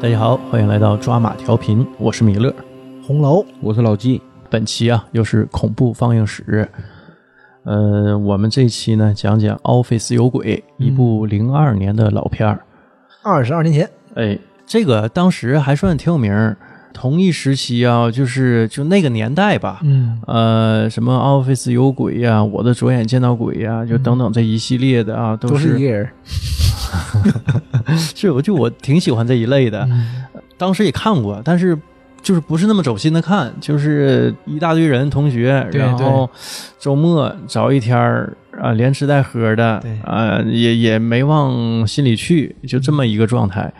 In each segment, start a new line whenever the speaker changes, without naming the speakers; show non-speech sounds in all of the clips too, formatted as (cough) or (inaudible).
大家好，欢迎来到抓马调频，我是米勒。
红楼，
我是老纪，
本期啊又是恐怖放映室，呃，我们这一期呢讲讲《Office 有鬼》，一部零二年的老片儿。
二十二年前，
哎，这个当时还算挺有名儿，同一时期啊，就是就那个年代吧，
嗯，
呃，什么《Office 有鬼》呀，《我的左眼见到鬼》呀，就等等这一系列的啊，
都
都
是一
是
个人。
是我 (laughs) 就我挺喜欢这一类的，
嗯
当时也看过，但是就是不是那么走心的看，就是一大堆人同学，
对
然后周末找一天儿啊、连吃带喝的
对，
啊、也也没往心里去，就这么一个状态。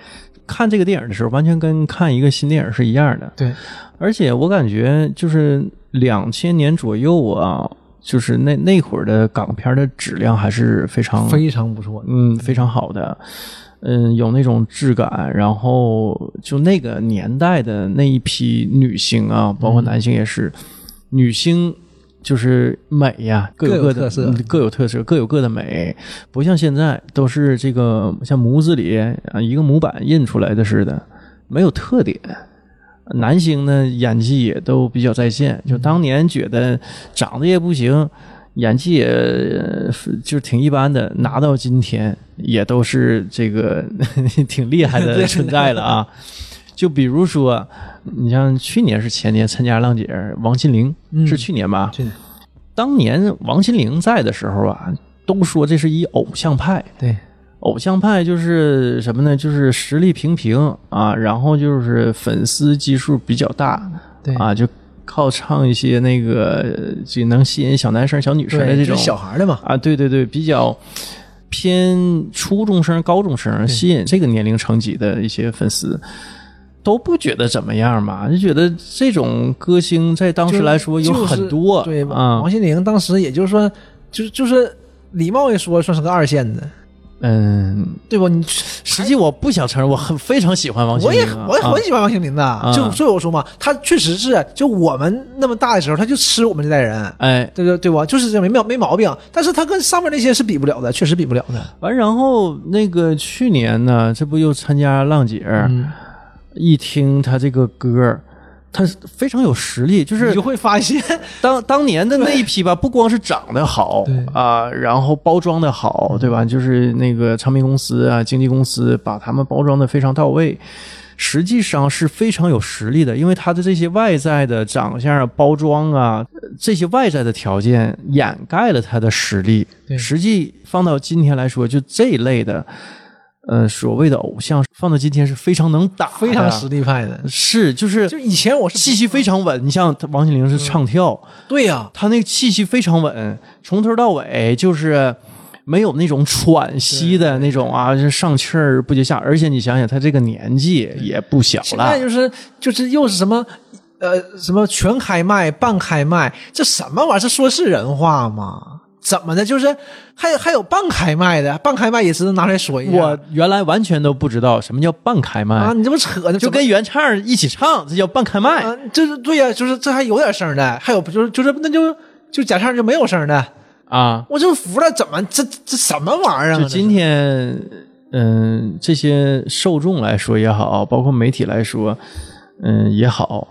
看这个电影的时候，完全跟看一个新电影是一样的。
对，
而且我感觉就是两千年左右啊，就是那那会儿的港片的质量还是非常
非常不错。
嗯，非常好的，嗯，有那种质感。然后就那个年代的那一批女星啊，包括男星也是，女星就是美呀，各有
各有
各的
特色
嗯各有特色，各有各的美，不像现在都是这个像模子里啊一个模板印出来的似的，没有特点。男星呢，演技也都比较在线。就当年觉得长得也不行，演技也呃就挺一般的，拿到今天也都是这个 (laughs) 挺厉害的存在了啊。就比如说，你像去年是前年参加浪姐，王心凌、
嗯
是去年吧？
去年
当年王心凌在的时候啊，都说这是一偶像派，
对，
偶像派就是什么呢？就是实力平平啊，然后就是粉丝基数比较大，
对
啊，就靠唱一些那个呃就能吸引小男生、小女生的
对，
这
就
种
是小孩的嘛，
啊，对对对，比较偏初中生、高中生，吸引这个年龄层级的一些粉丝。都不觉得怎么样嘛，就觉得这种歌星在当时来说有
就是
很多，
对，
啊，
王心凌当时也就是说，就就是礼貌一说，算是个二线的，
嗯，
对吧？你
实际我不想承认，我很非常喜欢王心
我也
凌啊、啊，啊
我也很喜欢王心凌的，就所以我说嘛，她确实是，就我们那么大的时候，她就吃我们这代人。
哎，
对对对吧？就是这没没没毛病，但是她跟上面那些是比不了的，确实比不了的。
完，然后那个去年呢，这不又参加浪姐
嗯
儿，一听他这个歌儿，他是非常有实力，就
你
是哎
就会发现，
当当年的那一批吧，不光是长得好啊，然后包装的好，对吧？就是那个唱片公司啊、经纪公司把他们包装的非常到位。实际上是非常有实力的，因为他的这些外在的长相啊、包装啊，呃这些外在的条件掩盖了他的实力。实际放到今天来说，就这一类的，呃，所谓的偶像，放到今天是非常能打的，
非常实力派的。
是就是
就以前我是嗯
气息非常稳。你像他王心凌是唱跳，
对啊呀、
她那个气息非常稳，从头到尾就是。没有那种喘息的那种啊，就是上气儿不接下。而且你想想，她这个年纪也不小
现
了
在，就是就是又是什么呃什么全开麦、半开麦，这什么玩意儿？这说是人话吗？怎么的？就是还有还有半开麦的，半开麦也是拿来说一下。
我原来完全都不知道什么叫半开麦，
啊，你这不扯呢？
就跟原唱一起唱，这叫半开麦。
怎么啊，就是对呀、就是这还有点声儿的，还有就是就是那就就假唱就没有声儿的，
啊，
我就服了，怎么这这什么玩意儿啊？
就今天，嗯、这些受众来说也好，包括媒体来说，嗯、也好，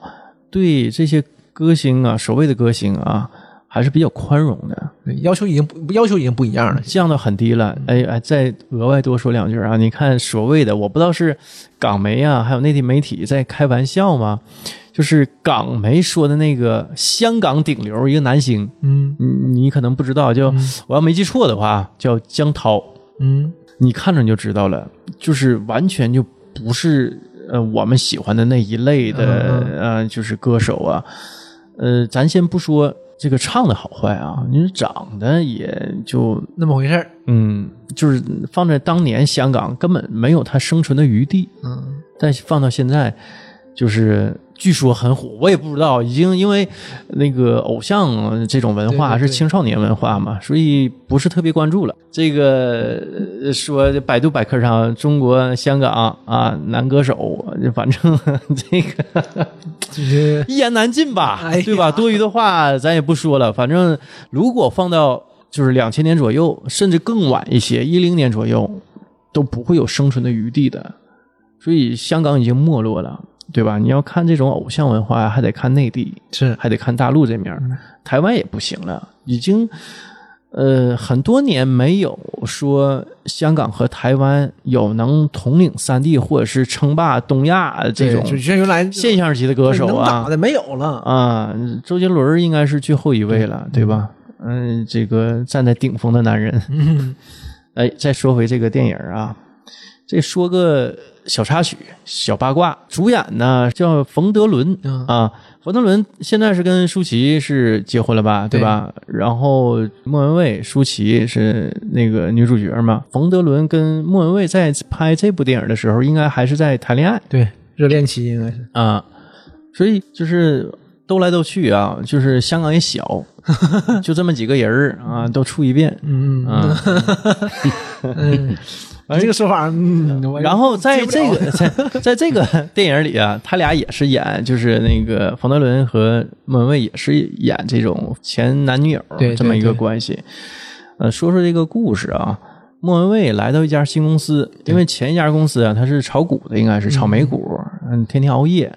对这些歌星啊，所谓的歌星啊，还是比较宽容的，
这是要求已经不要求已经不一样了。
降到很低了。哎哎，再额外多说两句啊，你看所谓的，我不知道是港媒啊，还有内地媒体在开玩笑吗？就是港媒说的那个香港顶流一个男星，
嗯
你你可能不知道，就、我要没记错的话，叫江涛。
嗯，
你看着你就知道了，就是完全就不是呃我们喜欢的那一类的、呃，就是歌手啊，呃，咱先不说这个唱的好坏啊，你长得也就
那么回事儿。
嗯，就是放在当年香港根本没有他生存的余地，
嗯，
但是放到现在，就是据说很火，我也不知道，已经因为那个偶像这种文化
对对
是
对
青少年文化嘛，所以不是特别关注了。这个呃说百度百科上中国香港啊男歌手，反正 (laughs) 这个
就是
一言难尽吧，
(laughs) 哎呀
对吧？多余的话咱也不说了，反正如果放到就是两千年左右，甚至更晚一些，一零年左右，都不会有生存的余地的。所以香港已经没落了，对吧？你要看这种偶像文化，还得看内地，
是
还得看大陆这面儿，
嗯
台湾也不行了，已经呃很多年没有说香港和台湾有能统领三地或者是称霸东亚这
对
种
就像原来
现象级的歌手
能打
啊
的没有了，
啊，周杰伦儿应该是最后一位了，对吧？嗯，这个站在顶峰的男人。
嗯，
(laughs) 哎，再说回这个电影儿啊，这说个小插曲、小八卦，主演呢叫冯德伦
嗯
啊，冯德伦现在是跟舒淇是结婚了吧，对吧？然后莫文蔚、舒淇是那个女主角嘛，冯德伦跟莫文蔚在拍这部电影的时候，应该还是在谈恋爱
对，热恋期应该是
啊，所以就是。兜来兜去啊，就是香港也小， (laughs) 就这么几个人儿啊，都处一遍。
嗯
啊，
嗯，你这个说法，嗯，我
然后在
接不
这
了
个在在这
(laughs)
个电影里啊，他俩也是演，就是那个冯德伦和莫文蔚也是演这种前男女友
对对
这么一个
对
关系。呃，说说这个故事啊，莫文蔚来到一家新公司，因为前一家公司啊，他是炒股的，应该是炒美股，嗯，天天熬夜。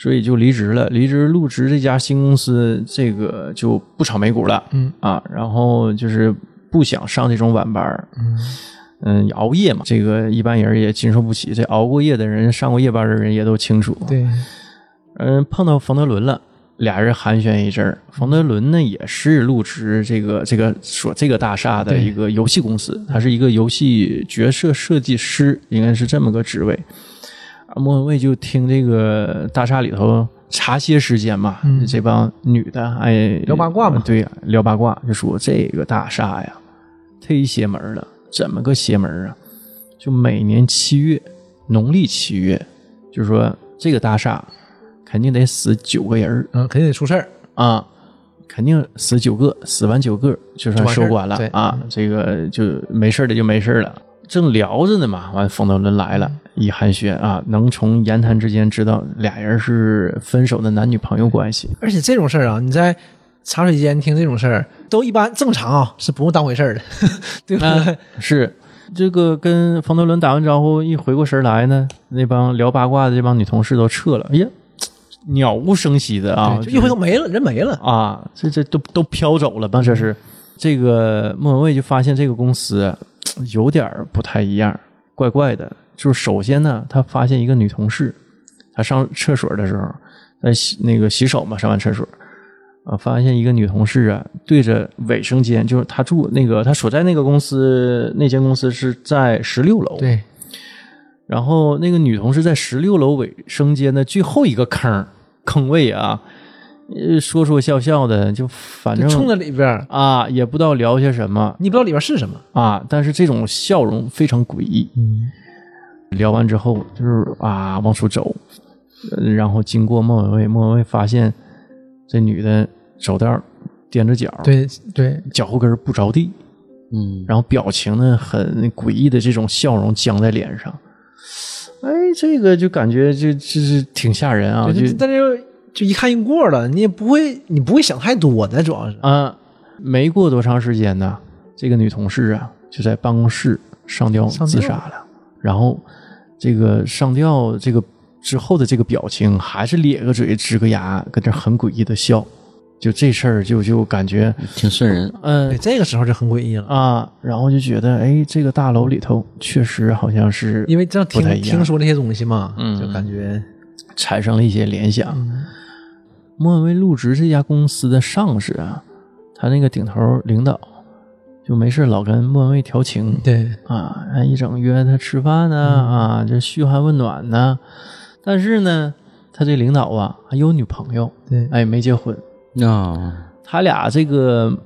所以就离职了，离职入职这家新公司，这个就不炒美股了，
嗯
啊，然后就是不想上这种晚班儿
嗯
嗯，熬夜嘛，这个一般人也经受不起。这熬过夜的人，上过夜班的人也都清楚。，
对，
嗯，碰到冯德伦了，俩人寒暄一阵
嗯
儿。冯德伦呢，也是入职这个这个所这个大厦的
对
一个游戏公司，他是一个游戏角色设计师，应该是这么个职位。啊莫文蔚就听这个大厦里头茶歇时间嘛，
嗯
这帮女的哎
聊八卦嘛
对呀、聊八卦就说这个大厦呀忒邪门儿了，怎么个邪门儿啊？就每年七月，农历七月，就说这个大厦肯定得死九个人儿
嗯，肯定得出事儿，
啊，肯定死九个，死完九个就算收官了
就完事儿对嗯
啊，这个就没事儿的就没事儿了。正聊着呢嘛，完冯德伦来
嗯
了，一寒暄啊，能从言谈之间知道俩人是分手的男女朋友关系。
而且这种事儿啊，你在茶水间听这种事儿，都一般正常啊，是不用当回事儿的， (laughs) 对不
那
对？
是这个跟冯德伦打完招呼，一回过神来呢，那帮聊八卦的这帮女同事都撤了，哎呀，鸟无声息的啊，
哦对就一回头没了，人没了，
啊，这这都都飘走了吧？这是这个莫文蔚就发现这个公司有点儿不太一样，怪怪的。就是首先呢，他发现一个女同事，他上厕所的时候，在洗那个洗手嘛，上完厕所啊，发现一个女同事啊，对着卫生间，就是他住那个他所在那个公司那间公司是在十六楼，
对，
然后那个女同事在十六楼卫生间的最后一个坑儿坑位啊，呃，说说笑笑的，就反
就
正
冲着里边儿，
啊，也不知道聊些什么
你不知道里边是什么，
啊，但是这种笑容非常诡异。
嗯，
聊完之后，就是啊，往出走，呃然后经过莫文蔚，莫文蔚发现这女的走道儿踮着脚，
对对，
脚后跟儿不着地，
嗯，
然后表情呢很诡异的这种笑容僵在脸上。哎，这个就感觉就就是挺吓人啊，就
对但是又就一看一过了，你也不会，你不会想太多的，主要是，
啊，没过多长时间呢，这个女同事啊就在办公室上吊
上
自
吊
杀了。然后这个上吊这个之后的这个表情，还是咧个嘴、支个牙，跟这很诡异的笑。就这事儿就就感觉，
挺瘆人。
嗯、
对，这个时候就很诡异了，
啊，然后就觉得，哎，这个大楼里头确实好像是
因为这样听
不太一样
听说这些东西嘛，
嗯
就感觉，
产生了一些联想。
嗯
莫文蔚入职这家公司的上司啊，他那个顶头领导就没事老跟莫文蔚调情，
对，
啊，一整约他吃饭呢、啊，这嘘寒问暖呢、但是呢，他这领导啊还有女朋友，
对
哎，没结婚。
啊，
他俩这个，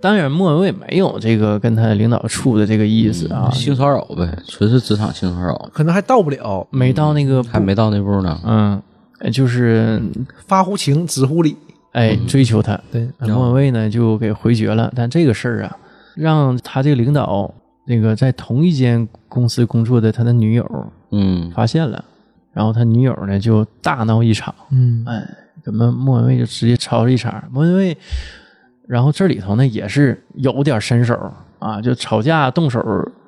当然莫文蔚没有这个跟他领导处的这个意思啊，
性骚扰呗，纯是职场性骚扰，
可能还到不了，
没到那个步
还没到那步呢。
嗯，哎就是
发乎情，止乎礼，
哎追求他，
嗯对，
哎莫文蔚呢就给回绝了。但这个事儿啊，让他这个领导那个在同一间公司工作的他的女友
嗯，
发现了，然后他女友呢就大闹一场。
嗯，
哎，咱们莫文蔚就直接抄了一茬儿。莫文蔚，然后这里头呢也是有点身手啊，就吵架动手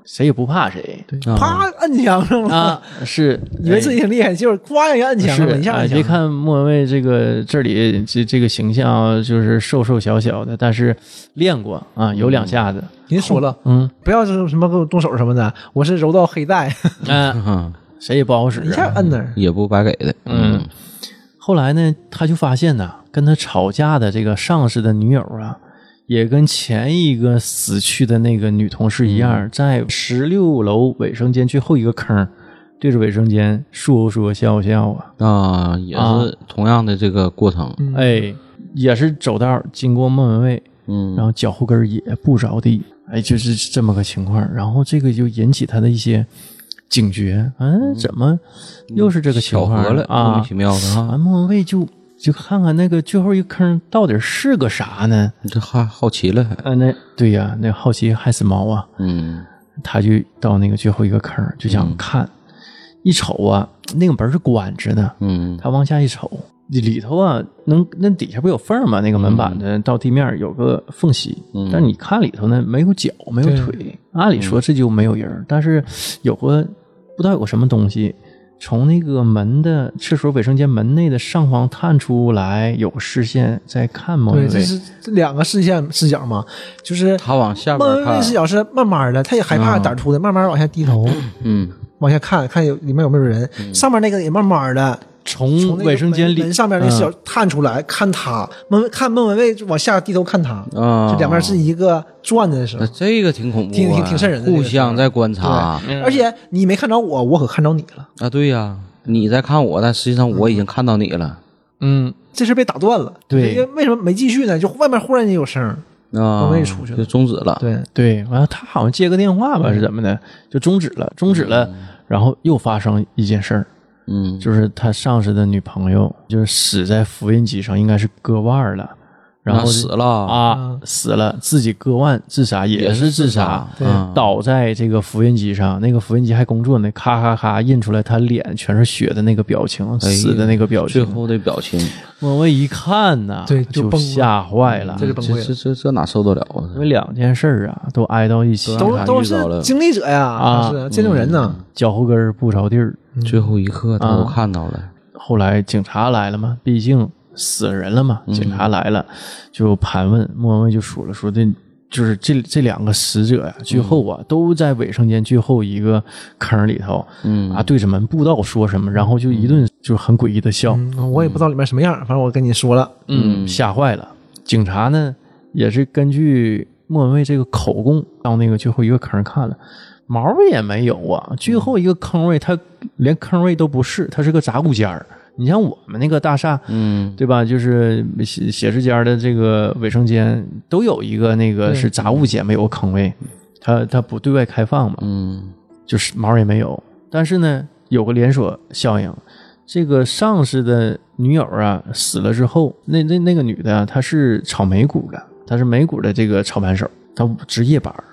谁也不怕谁
啊
啪摁墙上了，
啊，是
(laughs) 以为自己挺厉害，结果呱一下摁
是
墙上了，一下
哎别
摁墙上了。
看莫文蔚这个这里这这个形象啊就是瘦瘦小小的，但是练过啊，有
嗯
两下子。
您说了，
嗯，
不要这种什么跟我动手什么的，我是柔道黑带，
嗯、
嗯，
(laughs) 谁也不好使
(laughs) 一
啊。
下摁那儿。
也不白给的，
嗯，后来呢，他就发现呢，跟他吵架的这个上司的女友啊，也跟前一个死去的那个女同事一
嗯
样，在十六楼卫生间最后一个坑，对着卫生间说说笑笑啊。
啊，也是同样的这个过程，
嗯
哎，也是走道儿经过莫文蔚，
嗯，
然后脚后跟儿也不着地，哎，就是这么个情况。然后这个就引起他的一些警觉，嗯，怎么又是这个情
巧
况
合了，莫
啊
名其？妙的
啊，
啊，
莫文蔚就就看看那个最后一个坑到底是个啥呢？
你这还好奇了还，
啊，那对呀、那好奇害死猫啊！
嗯，
他就到那个最后一个坑儿，就想看，一瞅啊，那个门是关着呢，
嗯，
他往下一瞅，里头啊，能那底下不有缝儿吗？那个门
嗯
板的到地面有个缝隙，
嗯
但你看里头呢，没有脚，没有腿。按理
嗯
说这就没有人儿，但是有个不知道有个什么东西，从那个门的厕所卫生间门内的上方探出来，有个视线在看某
对，
位
这。是这两个视线视角嘛，就是
他往下
慢
边
慢
看
那视，角是慢慢的，他也害怕
嗯
胆粗的，慢慢往下低
哦
头，
嗯
往下看看有里面有没有人，
嗯
上面那个也慢慢的从
从
那个
卫生间里
门门上面那
嗯
视角探出来看他，孟看孟文蔚就往下低头看他，
啊，
这两边是一个转的时候
那，这个挺恐怖啊，
挺挺挺瘆人的
互
这个事儿
相在观察
而且你没看着我，我可看着你了，
啊，对呀，你在看我，但实际上我已经看到你了
嗯，
这事儿被打断了。
对
因为为什么没继续呢？就外面忽然间有声儿，
啊，
我也出去了
就终止了，
对，
对，完了他好像接个电话吧，
嗯
是怎么的，就终止了，终止了，然后又发生一件事儿，
嗯，
就是他上司的女朋友，就是死在复印机上，应该是割腕了，然后
啊死了啊，
啊死了，自己割腕自杀也是自杀，
对啊
倒在这个复印机上，那个复印机还工作呢，咔咔咔印出来他脸全是血的那个表情，
哎呀
死的那个表
最
情。
后的表情，
莫文一看呐，
对就
就
崩了
吓坏了
这，就崩溃
这这
了，
这这哪受得了啊？
因为两件事儿啊都挨到一起，
都
都
让
都
他遇到
是
了
经历者呀，
啊
都是见证人呢。
脚后跟儿不着地儿。
最后一刻他都看到了，
后来警察来了嘛，毕竟死人了嘛，警察来了、就盘问，莫文蔚就说了，说这就是这这两个死者呀、最后啊、都在卫生间最后一个坑里头，
嗯
啊对着门不知道说什么，然后就一顿就是很诡异的笑，
嗯，我也不知道里面什么样，反正我跟你说了，
嗯，吓坏了。警察呢也是根据莫文蔚这个口供到那个最后一个坑看了，毛儿也没有啊。最后一个坑位，它连坑位都不是，它是个杂物间儿。你像我们那个大厦，
嗯，
对吧？就是写写字间儿的这个卫生间都有一个那个是杂物间，没有个坑位，它它不对外开放嘛，
嗯
就是毛儿也没有。但是呢，有个连锁效应，这个上司的女友啊死了之后，那那那个女的啊她是炒美股的，她是美股的这个操盘手，她值夜班儿，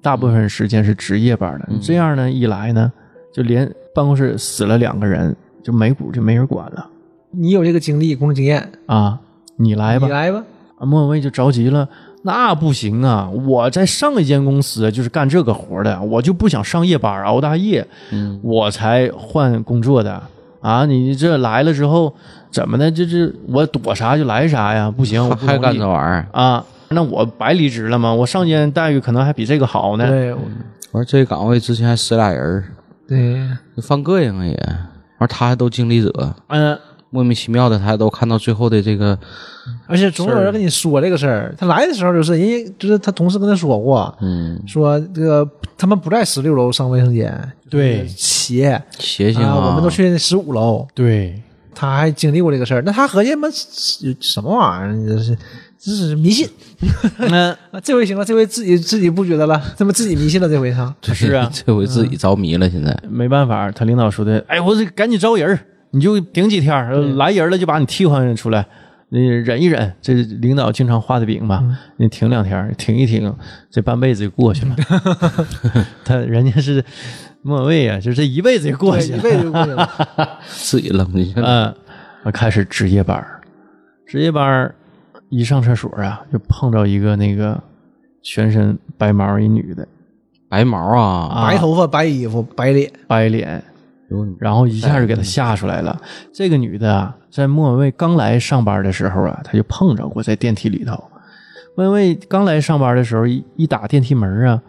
大部分时间是值夜班的。这样呢，一来呢，就连办公室死了两个人，就美股就没人管了
你有这个经历、工作经验，
啊。你来吧
你，来吧。
啊，莫文蔚就着急了，那不行啊！我在上一间公司就是干这个活的，我就不想上夜班熬大夜，
嗯
我才换工作的啊！你这来了之后怎么的？这这我躲啥就来啥呀？不行，我
还
不
还
同
干
意
这玩意儿，
啊！那我白离职了吗？我上间待遇可能还比这个好呢。
对我
我说这岗位之前还死俩人儿，
对，
就犯膈应啊了也，完他还都经历者，
嗯，
莫名其妙的他还都看到最后的这个，
而且总有人跟你说这个事儿。他来的时候就是人家就是他同事跟他说过，
嗯，
说这个他们不在十六楼上卫生间，
对
鞋
邪性
啊，我们都
是
去十五楼。
对，
他还经历过这个事儿，那他合计妈什么玩意儿？你这是这是迷信。
那
啊这回行了，这回自己自己不觉得了，他妈自己迷信了这回他。
是啊嗯
这回自己着迷了，现在，
没办法，他领导说的，哎，我这赶紧招人儿，你就顶几天儿，来人了就把你替换出来，你忍一忍，这领导经常画的饼嘛，你挺两天儿，挺一挺，这半辈子就过 (laughs) 去了。他人家是莫文蔚啊，就这一辈子就过
对，
去
一
了。
辈子就过去了。
自己扔进去了，
嗯，我开始值夜班儿，值夜班儿一上厕所啊，就碰到一个那个全身白毛一女的，
白毛啊，哎
啊
(laughs) 白头发、白衣服、白脸，
白脸，
有你
然后一下就
嗯
给他吓出来了。这个女的啊，在莫文蔚刚来上班的时候啊，她就碰着过，在电梯里头。莫文蔚刚来上班的时候，一一打电梯门啊，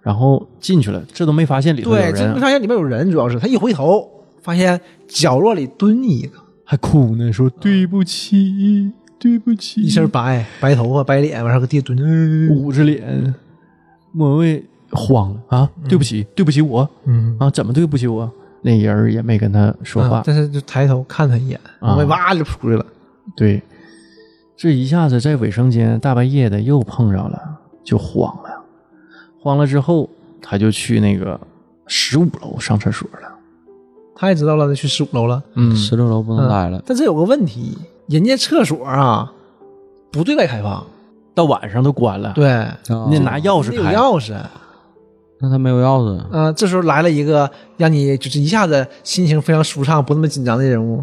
然后进去了，这都没发现里头有
对，这没
人，啊
发现里面有啊人，主要是他一回头发现角落里蹲一个，
还哭呢，说对不起，对不起，
一身白，白头发、白脸，完事儿搁地蹲着，嗯
捂着脸。莫文蔚慌了啊，对不起，对不起我
嗯
啊，怎么对不起我？那人儿也没跟他说话
啊，但是就抬头看他一眼，
啊
我被哇就出去了。
对，这一下子在卫生间大半夜的又碰着了，就慌了。慌了之后，他就去那个十五楼上厕所了。
他也知道了，他去十五楼了。
嗯
十六楼不能待了，
但这有个问题，人家厕所啊不对外开放，
到晚上都关了，，
对，
啊
嗯你得拿钥匙
没有
开。
钥匙。
那他没有钥匙，
呃，这时候来了一个让你就是一下子心情非常舒畅、不那么紧张的人物，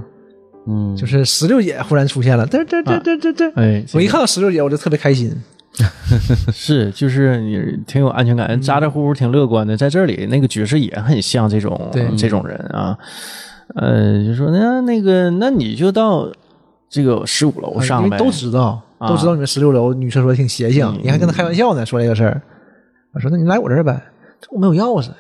嗯，
就是石榴姐忽然出现了。嘚嘚嘚嘚嘚嘚，
哎，
我一看到石榴姐我就特别开心。
是，就是你挺有安全
嗯
感，咋咋呼呼，挺乐观的。在这里，那个爵士也很像这种
对
这种人啊。呃，就说那那个，那你就到这个十五楼上
因
呗。
为都知道，
啊嗯
都知道你们十六楼女厕所挺邪性，你还跟他开玩笑呢，说这个事儿。我说那你来我这儿呗，这我没有钥匙呀，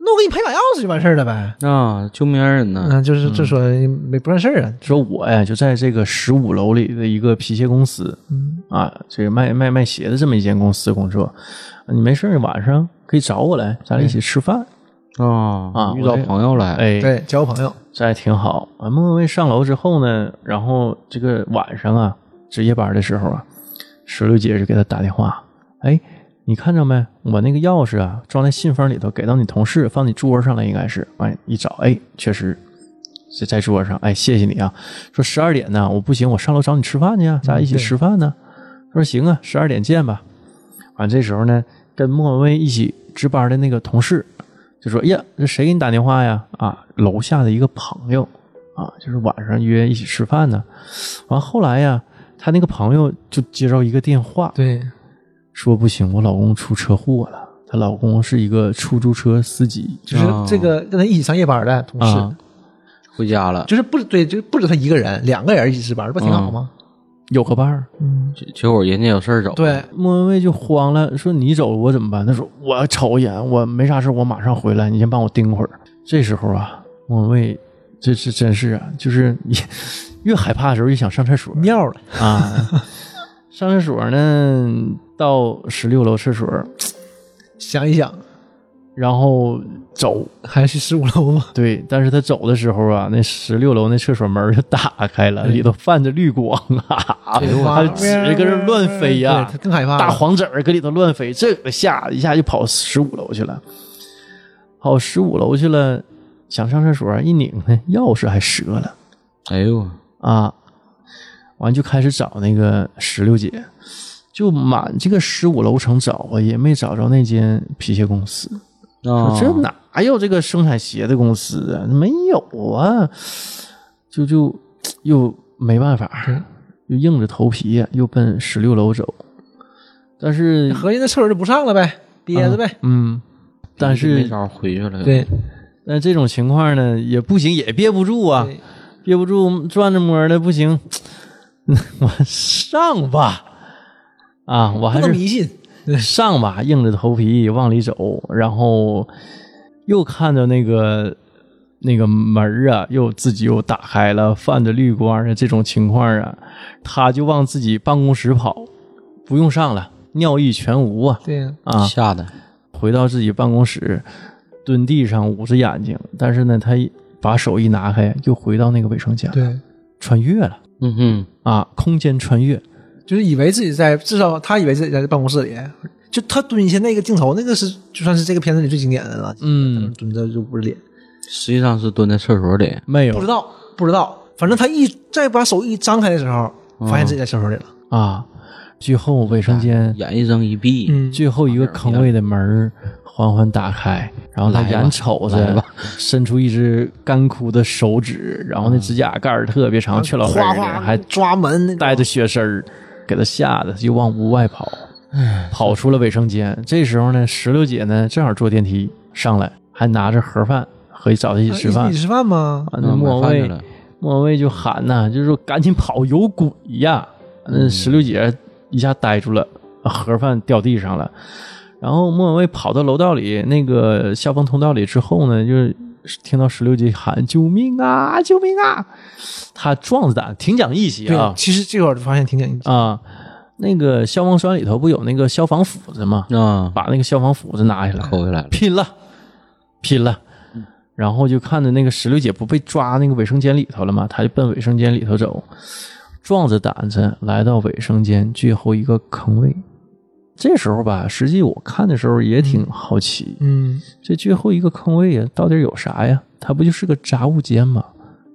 那我给你配把钥匙就完事儿了呗。
啊，救命恩人呢，
嗯，就是就说没不算事儿啊，
说我呀，就在这个十五楼里的一个皮鞋公司，
嗯
啊，这个卖卖卖鞋的这么一间公司工作，啊你没事儿晚上可以找我来，咱俩一起吃饭，
啊
啊
遇到
我这
朋友了，
哎，
对，交个朋友，
这还挺好。啊，莫文蔚上楼之后呢，然后这个晚上啊，值夜班的时候啊，石榴姐就给他打电话，哎，你看着没？我那个钥匙啊，装在信封里头，给到你同事，放你桌上了，应该是。哎，一找，哎，确实是在桌上。哎，谢谢你啊。说十二点呢，我不行，我上楼找你吃饭去啊，咱俩一起
对
吃饭呢。他说行啊，十二点见吧。完、这时候呢，跟莫文蔚一起值班的那个同事就说：“哎呀，这谁给你打电话呀？啊，楼下的一个朋友啊，就是晚上约一起吃饭呢。完后来呀，他那个朋友就接到一个电话，
对，
说不行，我老公出车祸了。她老公是一个出租车司机，
就是这个跟他一起上夜班的同事，
哦啊
回家了，
就是不对，就是不止他一个人，两个人一起值班，这不挺好吗？
嗯有个伴儿。
嗯，
结结果人家有事儿走，，
对，
莫文蔚就慌了，说：“你走我怎么办？”他说：“我瞅一眼，我没啥事，我马上回来，你先帮我盯会儿。”这时候啊，莫文蔚这是真是啊，就是你 (laughs) 越害怕的时候越想上厕所，
妙了，
啊，上厕所呢，到十六楼厕所，
想一想，
然后走。
还是去十五楼吧，
对，但是他走的时候啊，那十六楼那厕所门就打开了，里头泛着绿光啊，
哎
对
他纸搁这乱飞呀、
对他更害怕了，
大黄纸儿搁里头乱飞，这个吓一下就跑十五楼去了，跑十五楼去了，想上厕所啊一拧呢，钥匙还折了。
哎呦，
啊，完就开始找那个石榴姐，就满这个十五楼层找啊，也没找着那间皮鞋公司。
啊，
这哪有这个生产鞋的公司啊？没有啊，就就又没办法，又硬着头皮呀、又奔十六楼走。但是，
合计那厕所就不上了呗，憋着呗。
嗯，但
没
是
招儿回去了，，
对，
但这种情况呢，也不行，也憋不住啊。憋不住，转着摸的不行， (laughs) 我上吧，啊，我
不
还
能
是
迷信。
上吧，硬着头皮往里走，然后又看到那个那个门儿啊，又自己又打开了，泛着绿光的这种情况啊，他就往自己办公室跑，不用上了，尿意全无啊，
对呀，
啊，
吓得
回到自己办公室，蹲地上捂着眼睛，但是呢，他一把手一拿开，又回到那个卫生间了。
对，
穿越了
嗯哼，
啊，空间穿越，
就是以为自己在，至少他以为自己在办公室里。就他蹲下那个镜头，那个是就算是这个片子里最经典的了。
嗯，
蹲着就捂着脸，
实际上是蹲在厕所里，
没
不知
有
道不知道，反正他一再把手一张开的时候，发现自己在厕所里了。
啊。最后卫生间
眼一睁一闭，
嗯，
最后一个坑位的门儿缓缓打开，然后他
来吧
眼瞅
来
着
吧
伸出一只干枯的手指，然后那指甲盖儿特别长，雀老黑
哗
儿的，
哗
还
抓门那种，
带着血丝儿，给他吓得就往屋外跑。跑出了卫生间。这时候呢，石榴姐呢正好坐电梯上来，还拿着盒饭和找他一起吃
啊
饭
你。吃饭吗？
啊，那
嗯
莫
买饭去
卫
了，
莫卫就喊呐、就说赶紧跑，有鬼呀！那石榴姐一下呆住了，盒饭掉地上了。然后莫卫跑到楼道里那个消防通道里之后呢，就是听到石榴姐喊救命啊，救命啊！他壮着胆，挺讲义气
对
啊，
其实这会儿就发现挺紧张。
啊！那个消防栓里头不有那个消防斧子吗？
啊，
把那个消防斧子拿下来，
抠下来了，
拼了，拼了。然后就看着那个石榴姐不被抓那个卫生间里头了吗？她就奔卫生间里头走，壮着胆子来到卫生间最后一个坑位。这时候吧，实际我看的时候也挺好奇，
嗯，
这最后一个坑位呀，到底有啥呀？它不就是个杂物间吗？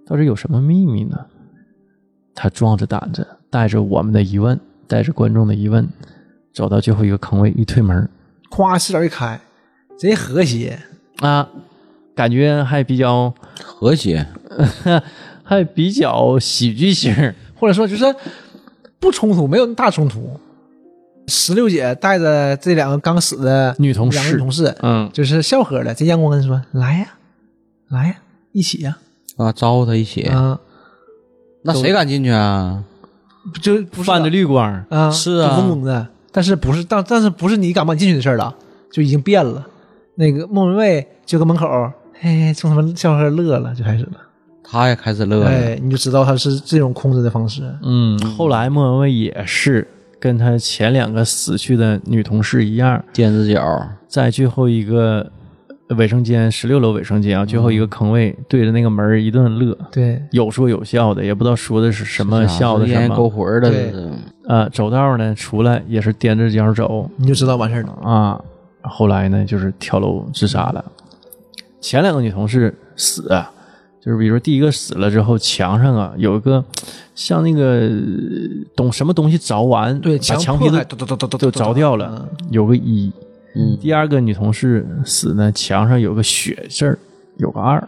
到底有什么秘密呢？他壮着胆子，带着我们的疑问，带着观众的疑问，走到最后一个坑位，一推门，
夸视角一开，贼和谐。
啊，感觉还比较，
和谐，
还比较喜剧性儿
或者说就是不冲突，没有大冲突。石榴姐带着这两个刚死的
女同
两个女
事
同，事，
嗯，
就是笑呵的。这阳光跟她说：“来呀，来呀，一起呀。
啊，招呼他一起，
啊，
那谁敢进去啊？
就不是
泛着绿光儿，
啊，
是啊
就嗡嗡的。但是不是但但是不是你敢不敢进去的事儿了，就已经变了。那个莫文蔚就搁门口，嘿，冲他们笑呵乐了，就开始了。
他也开始乐了，
哎，你就知道他是这种控制的方式。
嗯，后来莫文蔚也是跟他前两个死去的女同事一样，
踮着脚，
在最后一个卫生间十六楼卫生间啊，最后一个坑位对着那个门儿一顿乐，
对，
有说有笑的，也不知道说的是啊什么，笑的
烟
什
啊勾
么。
魂儿的，
对
这是
呃，走道呢出来也是踮着脚走，
你就知道完事儿了。
啊，后来呢就是跳楼自杀了。前两个女同事死啊，就是比如说第一个死了之后，墙上啊有一个像那个呃东什么东西凿完，
对，
把墙
墙
皮
破
都
坏都都都都
都凿掉
嗯
了，有个一。
嗯，
第二个女同事死呢，墙上有个血字儿，有个二。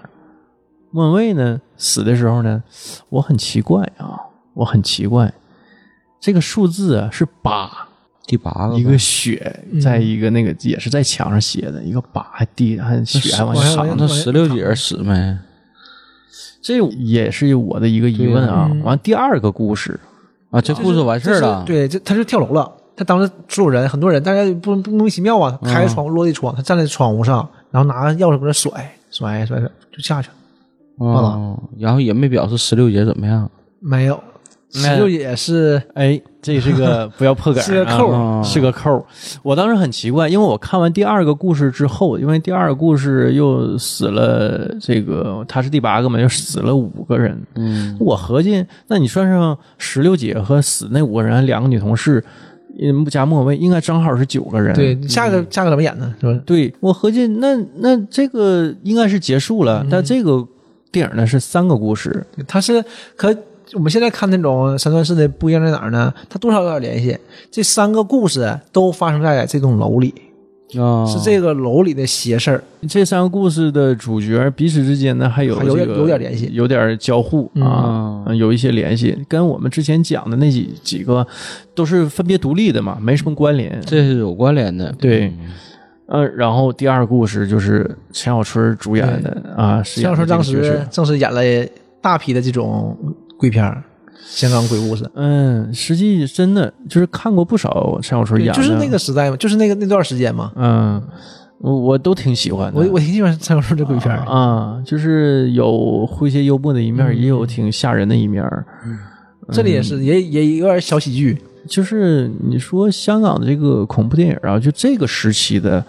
莫文蔚呢死的时候呢，我很奇怪啊，我很奇怪，这个数字啊是八。
第八个吧
一个血，在一个那个也是在墙上写的，一个疤还滴还血还往下
我还
淌着，
我
那石榴姐死没？
这也是我的一个疑问啊。嗯完第二个故事，
啊，这故事完事儿了。
就是对，这他就跳楼了。他当时所有人很多人，大家不不莫名其妙啊，开
嗯
着窗户落地窗，他站在窗户上，然后拿着钥匙搁那甩甩甩甩，就下去了。
哦，然后也没表示石榴姐怎么样。
没有，石榴也是
哎，这是个 (laughs) 不要破梗、啊，
是个扣
嗯是个扣。我当时很奇怪，因为我看完第二个故事之后，因为第二个故事又死了，这个他是第八个嘛，又死了五个人。
嗯，
我合计，那你算上石榴姐和死那五个人，两个女同事，嗯，加莫文蔚，应该正好是九个人。
对下一个下一个怎么演呢？是吧？
对我合计，那那这个应该是结束
嗯
了，但这个电影呢是三个故事，
他是和我们现在看那种三段式的不一样在哪儿呢？他多少有点联系。这三个故事都发生在这栋楼里，
啊，
哦
是这个楼里的邪事儿。
这三个故事的主角彼此之间呢还有、
还
这
有
个、
点有点联系
有点交互啊、嗯有一些联系，跟我们之前讲的那几几个都是分别独立的嘛，没什么关联。
嗯
这是有关联的。
对，呃，然后第二个故事就是钱小春主演的啊，是
像说当
演的这个角
时
色
正是演了大批的这种鬼片儿，香港鬼故事。
嗯，实际真的就是看过不少钱小春
对，
演的，
就是那个时代嘛，就是那个那段时间嘛。
嗯，我我都挺喜欢的。
我我挺喜欢蔡小春这鬼片儿，
嗯啊，就是有诙谐幽默的一面儿，也
嗯
有挺吓人的一面儿。嗯
这里也是也也有点小喜剧，
就是你说香港的这个恐怖电影啊，就这个时期的，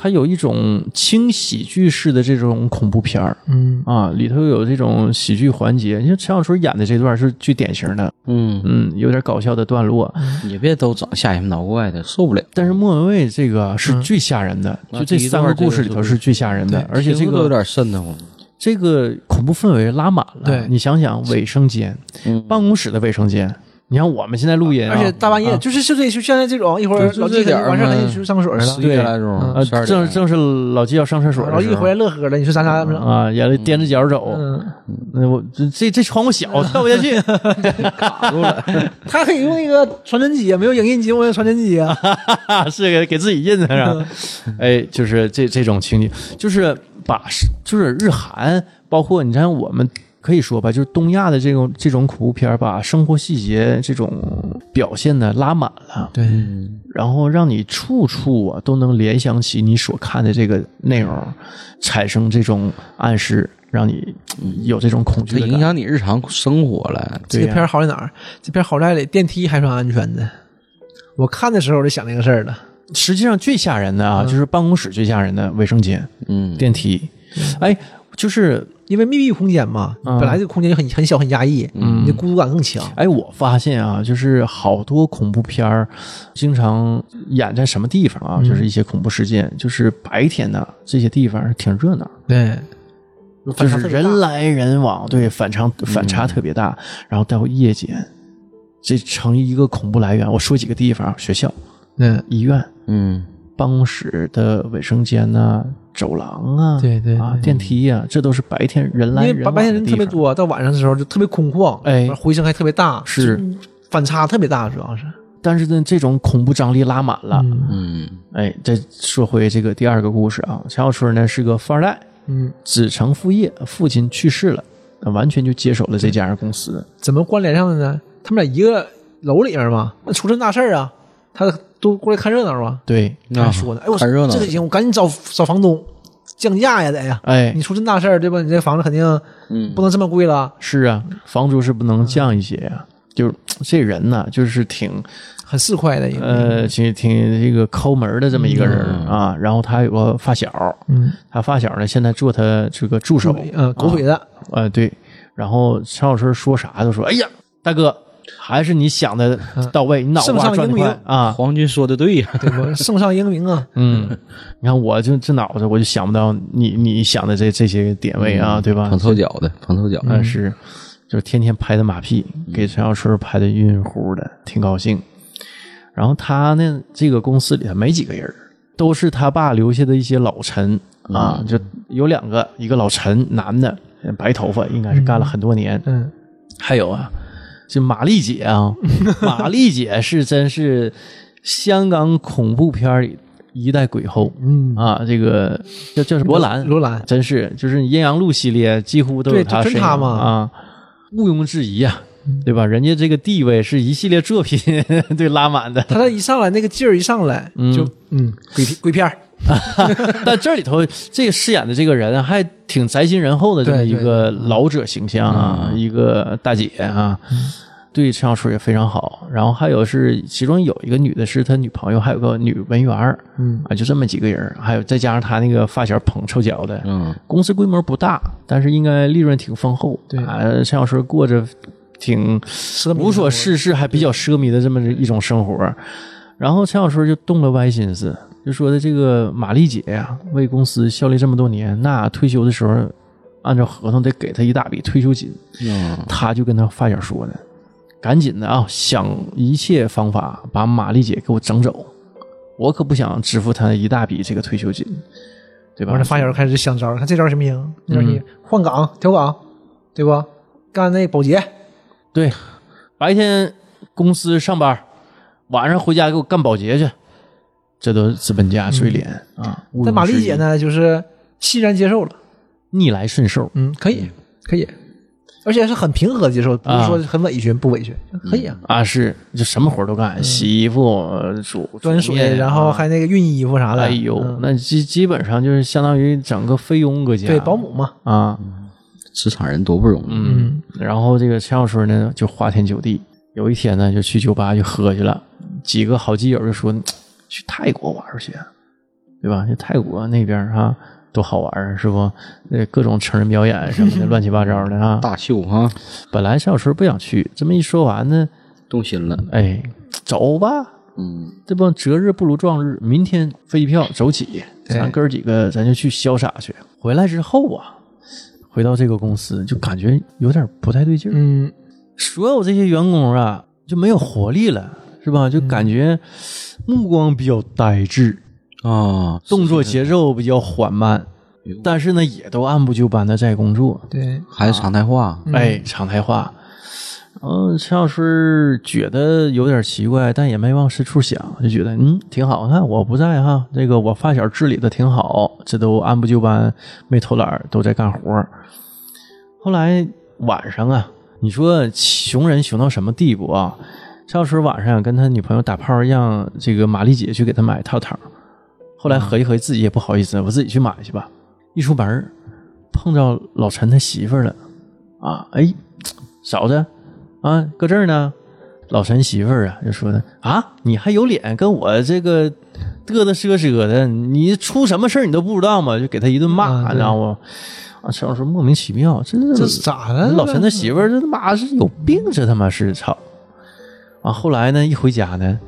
它有一种轻喜剧式的这种恐怖片儿
嗯，
啊，里头有这种喜剧环节。你看陈小春演的这段是最典型的，
嗯，
嗯，有点搞笑的段落。
你别都整吓人挠怪的，受不了。
但是莫文蔚这个是最吓人的，
那
就这
嗯啊第一
三
段
个
这
故
个
事里
就
头
是
是最吓人的，而且这
听着
个
都有点瘆得慌。
这个恐怖氛围拉满了。
对
你想想，卫生间、
嗯
办公室的卫生间、你看我们现在录音啊，
嗯而且大半夜
啊
就是就这就现在这种，一会儿
对就
老
这
季可
点
能
儿
完事儿
嘛
了，你去上个所去了啊
十一，嗯点来钟
呃，
十二点
正正是老季要上厕所的时候，
老季回来乐呵了，你说咱俩怎么整？
啊，眼泪踮着脚走，
嗯，
那我这这这窗户小，跳不下去。
他可以用那个传真机啊，没有影印机，我用传真机啊。
是给给自己印的上，哎，就是这这种情景，就是把就是日韩，包括你看我们可以说吧，就是东亚的这种这种恐怖片儿，把生活细节这种表现的拉满了，
对，
然后让你处处啊都能联想起你所看的这个内容，产生这种暗示，让你有这种恐惧
它
的感
影响你日常生活了。
这
对
个
呀
片儿好在哪儿？这片儿好在里电梯还算安全的。我看的时候我就想这个事儿了。
实际上最吓人的啊，就是办公室最吓人的卫生间、
嗯，
电梯，哎，就是
因为密闭空间嘛，
嗯
本来这个空间就很很小很压抑，你的孤独感更强。
哎，我发现啊，就是好多恐怖片儿，经常演在什么地方
嗯
啊？就是一些恐怖事件，就是白天呢，这些地方挺热闹，
对，
就
反差
是
特别大嗯
人来人往，对，反差反差特别大。然后到夜间，这成一个恐怖来源。我说几个地方：学校、
嗯，
医院、
嗯，
办公室的卫生间呐、走廊啊，
对对
啊，电梯呀、这都是白天人
因
来
为
人
白
往
白天
的
人
地
特别
方，
多，到晚上的时候就特别空旷，
哎
回声还特别大，
是啊
就反差特别大，主要是。
但是呢，这种恐怖张力拉满了。
嗯
嗯，
哎，再说回这个第二个故事啊，陈小春呢是个富二代，
嗯，
子承父业，父亲去世了，那完全就接手了这家公司。
怎么关联上的呢？他们俩一个楼里面嘛，那出这大事儿啊，他都过来看热闹啊。
对，
他还
啊
说呢，哎，我
看热闹
这个行，我赶紧找找房东降价呀，得呀。
哎
你，出这大事儿对吧？你这房子肯定
嗯
不能这么贵了，
是啊，房租是不能降一些呀、就是这人呢，就是挺
很市侩的一个。
呃，挺挺这个抠门儿的这么一个人儿啊。然后他有个发小，
嗯，
他发小呢现在做他这个助手，
嗯，狗腿子，
呃，对。然后陈小春说啥都说，哎呀，大哥，还是你想的到位，你脑
圣
瓜
上
转得
英明
快啊。
皇军说的对呀，
对
(laughs)
不？圣上英明啊，
嗯，你看我就这脑子，我就想不到你你想的这这些点位啊，对
(laughs)
吧
捧？臭脚的，捧臭脚的，
但是就是天天拍他马屁，给陈小春拍的晕晕乎乎的，挺高兴。然后他呢，这个公司里头没几个人儿，都是他爸留下的一些老臣啊，就有两个，一个老陈，男的，白头发，应该是干了很多年，
嗯，
还有啊，这玛丽姐 (laughs) 啊，玛丽姐是真是香港恐怖片里一代鬼后，
嗯
啊，这个叫叫什么罗兰，
罗兰
真是就是阴阳路系列几乎都有
对
她
就
身
真
影
她嘛
啊，毋庸置疑啊，对吧？人家这个地位是一系列作品 (laughs) 对拉满的，
他这一上来那个劲儿一上来就嗯鬼片鬼片儿，
但这里头这个饰演的这个人还挺宅心仁厚的这么一个老者形象啊，一个大姐啊，对陈小春也非常好。然后还有是其中有一个女的是他女朋友，还有个女文员儿
嗯
啊，就这么几个人儿，还有再加上他那个发小捧臭脚的，
嗯，
公司规模不大，但是应该利润挺丰厚。
对
啊，陈小春过着挺
奢靡
无所事事还比较奢靡的这么一种生活。然后陈小春就动了歪心思，就说的这个玛丽姐呀、为公司效力这么多年，那退休的时候按照合同得给她一大笔退休金。
嗯
他就跟他发小说的，赶紧的啊，想一切方法把玛丽姐给我整走，我可不想支付她一大笔这个退休金，对吧
完了，？哦发小开始想招，看这招行不行？那招行，换岗调岗，对不？干那保洁，
对，白天公司上班，晚上回家给我干保洁去，这都是资本家嘴脸、啊！毋庸
嗯但玛丽
置疑
姐呢，就是欣然接受了，
逆来顺受，
嗯，可以可以，而且是很平和地接受，不是
啊
说很委屈不委屈，可以啊，
啊，是就什么活都干，洗衣服、呃煮
嗯端
煮面
水，然后
啊
还那个熨衣服啥的，
哎呦，
嗯
那基基本上就是相当于整个菲佣搁家，
对保姆嘛，
啊，
职场人多不容易，
嗯，
然后这个陈小春呢就花天酒地，有一天呢就去酒吧就喝去了，几个好基友就说去泰国玩儿去，啊对吧？去泰国那边儿啊多好玩儿，是不？那各种成人表演什么的，乱七八糟的啊。
大秀哈，
本来陈小春不想去，这么一说完呢，
动心了，
哎，走吧，
嗯
这不择日不如撞日，明天飞机票走起，咱哥儿几个咱就去潇洒去。回来之后啊，回到这个公司就感觉有点不太对劲儿。
嗯，
所有这些员工啊，就没有活力了，是吧？就感觉目光比较呆滞，
啊，
动作节奏比较缓慢，但是呢，也都按部就班的在工作。
对，
还是常态化，
哎，常态化。嗯，陈老师觉得有点奇怪，但也没往深处想，就觉得嗯挺好。你看我不在哈，这个我发小治理的挺好，这都按部就班，没偷懒儿，都在干活儿。后来晚上啊，你说熊人熊到什么地步啊？陈老师晚上跟他女朋友打炮，让这个玛丽姐去给他买套套。后来合计合计，自己也不好意思，我自己去买去吧。一出门儿碰着老陈他媳妇儿了。啊，哎，嫂子啊，搁这儿呢。老陈媳妇儿啊，就说的啊，你还有脸跟我这个嘚嘚瑟瑟的，你出什么事儿你都不知道吗？就给他一顿骂，
啊
你
对
知道吗？啊，陈老师莫名其妙，这
这是咋的？
老陈他媳妇儿这他妈是有病，这他妈是操！啊，后来呢，一回家呢，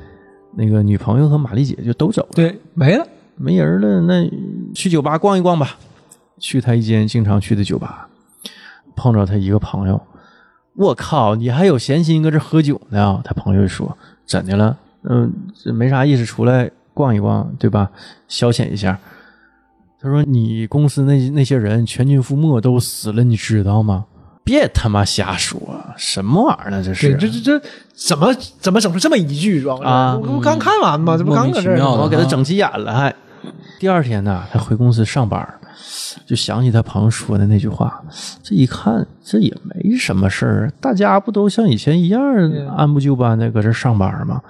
那个女朋友和玛丽姐就都走了，
对没了，
没人了，那去酒吧逛一逛吧。去他一间经常去的酒吧，碰着他一个朋友，我靠，你还有闲心搁这喝酒呢？他朋友就说：“怎的了？嗯，这没啥意思，出来逛一逛，对吧？消遣一下。”他说：“你公司那那些人全军覆没，都死了，你知道吗？别他妈瞎说，什么玩意儿呢？这
对，
是
这这这怎么怎么整出这么一句状
啊嗯
我我刚看完嘛，这不
莫
刚
名
搁
其
这儿呢
妙
吗
的
我给他整急眼了，还。第二天呢，他回公司上班儿，就想起他朋友说的那句话。这一看，这也没什么事儿，大家不都像以前一样按部就班的搁这上班儿吗？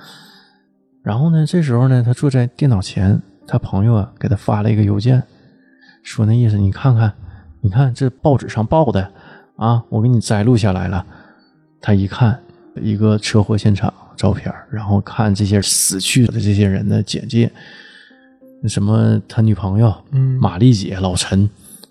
然后呢，这时候呢，他坐在电脑前，他朋友啊给他发了一个邮件，说那意思，你看看，你看这报纸上报的啊，我给你摘录下来了。他一看一个车祸现场照片儿，然后看这些死去的这些人的简介，什么他女朋友、
嗯
玛丽姐、老陈，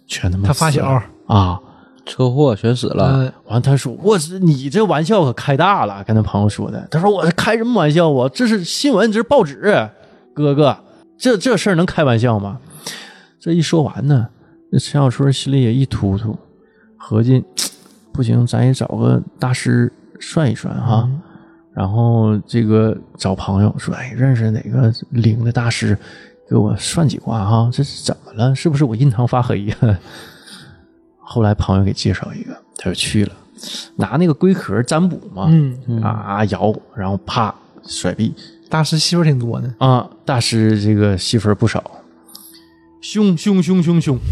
全他妈
他发
死了
小
啊！
车祸全死了，
嗯，
完，他说：“我是你这玩笑可开大了。”跟他朋友说的。他说：“我开什么玩笑啊？这是新闻，这是报纸，哥哥，这这事儿能开玩笑吗？”这一说完呢，那陈小春心里也一突突，合计不行，咱也找个大师算一算哈。然后这个找朋友说：“哎，认识哪个灵的大师，给我算几卦哈？这是怎么了？是不是我印堂发黑呀？”后来朋友给介绍一个，他就去了，拿那个龟壳占卜嘛，
嗯
啊啊摇，然后啪甩臂
大师媳妇儿挺多呢，
啊，大师这个戏份不少，凶凶凶凶凶。 (laughs)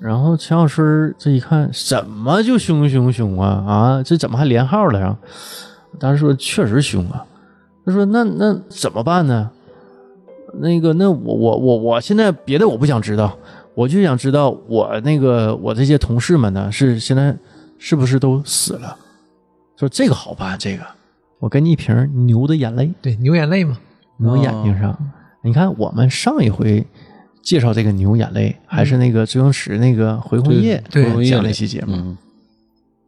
然后陈小春这一看，怎么就凶凶凶啊啊？这怎么还连号了呀？大师说确实凶啊。他说那那怎么办呢？那个，那我我我我现在别的我不想知道，我就想知道我那个我这些同事们呢，是现在是不是都死了？说这个好办，这个我给你一瓶牛的眼泪，
对，牛眼泪嘛，
牛眼
哦
睛上。你看我们上一回介绍这个牛眼泪，还是那个周星驰那个回魂夜，
对
我们
回魂夜
讲
里
那期节目，
嗯，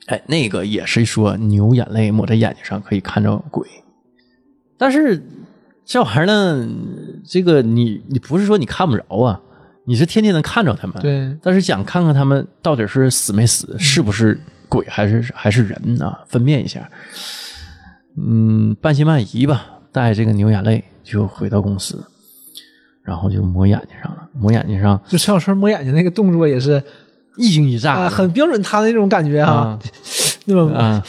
哎，那个也是说牛眼泪抹在眼睛上可以看着鬼，但是这玩意儿呢，这个你你不是说你看不着啊，你是天天能看着他们，，
对，
但是想看看他们到底是死没死，是不是鬼还是还是人啊，分辨一下。嗯，半信半疑吧，带这个牛眼泪就回到公司，然后就抹眼睛上了，抹眼睛上
就陈小春抹眼睛那个动作也是
一惊一乍
啊，
的
很标准他的那种感觉哈
啊，
那么
啊，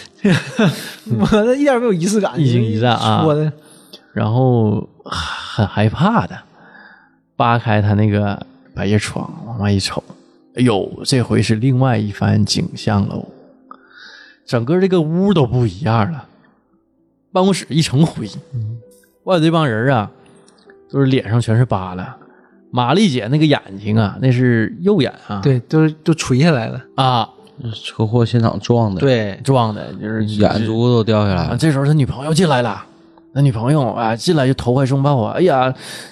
抹的一点没有仪式感，
嗯一惊一乍啊
说的
然后很害怕的扒开他那个百叶窗往外一瞅，哎呦，这回是另外一番景象喽，整个这个屋都不一样了，办公室一层灰，外头这帮人啊，都是脸上全是疤了。玛丽姐那个眼睛啊，那是右眼啊，
对，都都垂下来了，
啊，
车祸现场撞的，，
对，
撞的就是
眼珠子都掉下来
啊，
了，
这时候他女朋友进来了，他女朋友啊进来就投怀送抱啊，哎呀，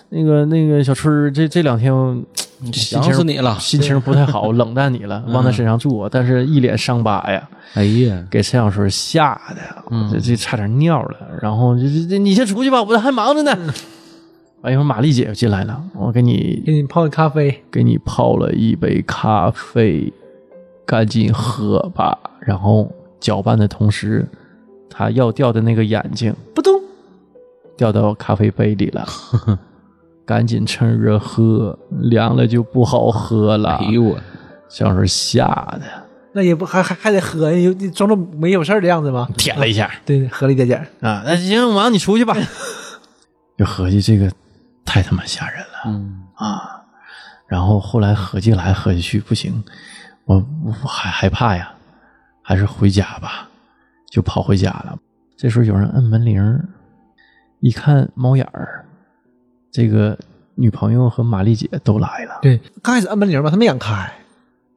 那个那个小春儿这这两天心
嗯想死
情
你了，
心情不太
(laughs)
好，冷淡你了，往他身上坐，但是一脸伤疤呀，
哎呀，
给陈小春吓的，
嗯
这这差点尿了。然后就这这你先出去吧，我这还忙着呢。
嗯
完一会儿，玛丽姐又进来了，我给
给
你
你泡个咖啡，
给你泡了一杯咖啡，赶紧喝吧。然后搅拌的同时，他要掉的那个眼睛，扑通，掉到咖啡杯里了。 (laughs) 赶紧趁热喝，凉了就不好喝了。
哎呦我，
小时吓得
那也不还还还得喝，有你装作没有事儿的样子吗？
舔了一下
对，喝了一点点儿。
啊！那行，王，你出去吧。 (laughs) 就合计这个太他妈吓人了。
嗯，
啊，然后后来合计来合计去，不行，我我还害怕呀，还是回家吧，就跑回家了。这时候有人摁门铃儿，一看猫眼儿，这个女朋友和玛丽姐都来了。
对，刚开始按门铃嘛，他没敢开，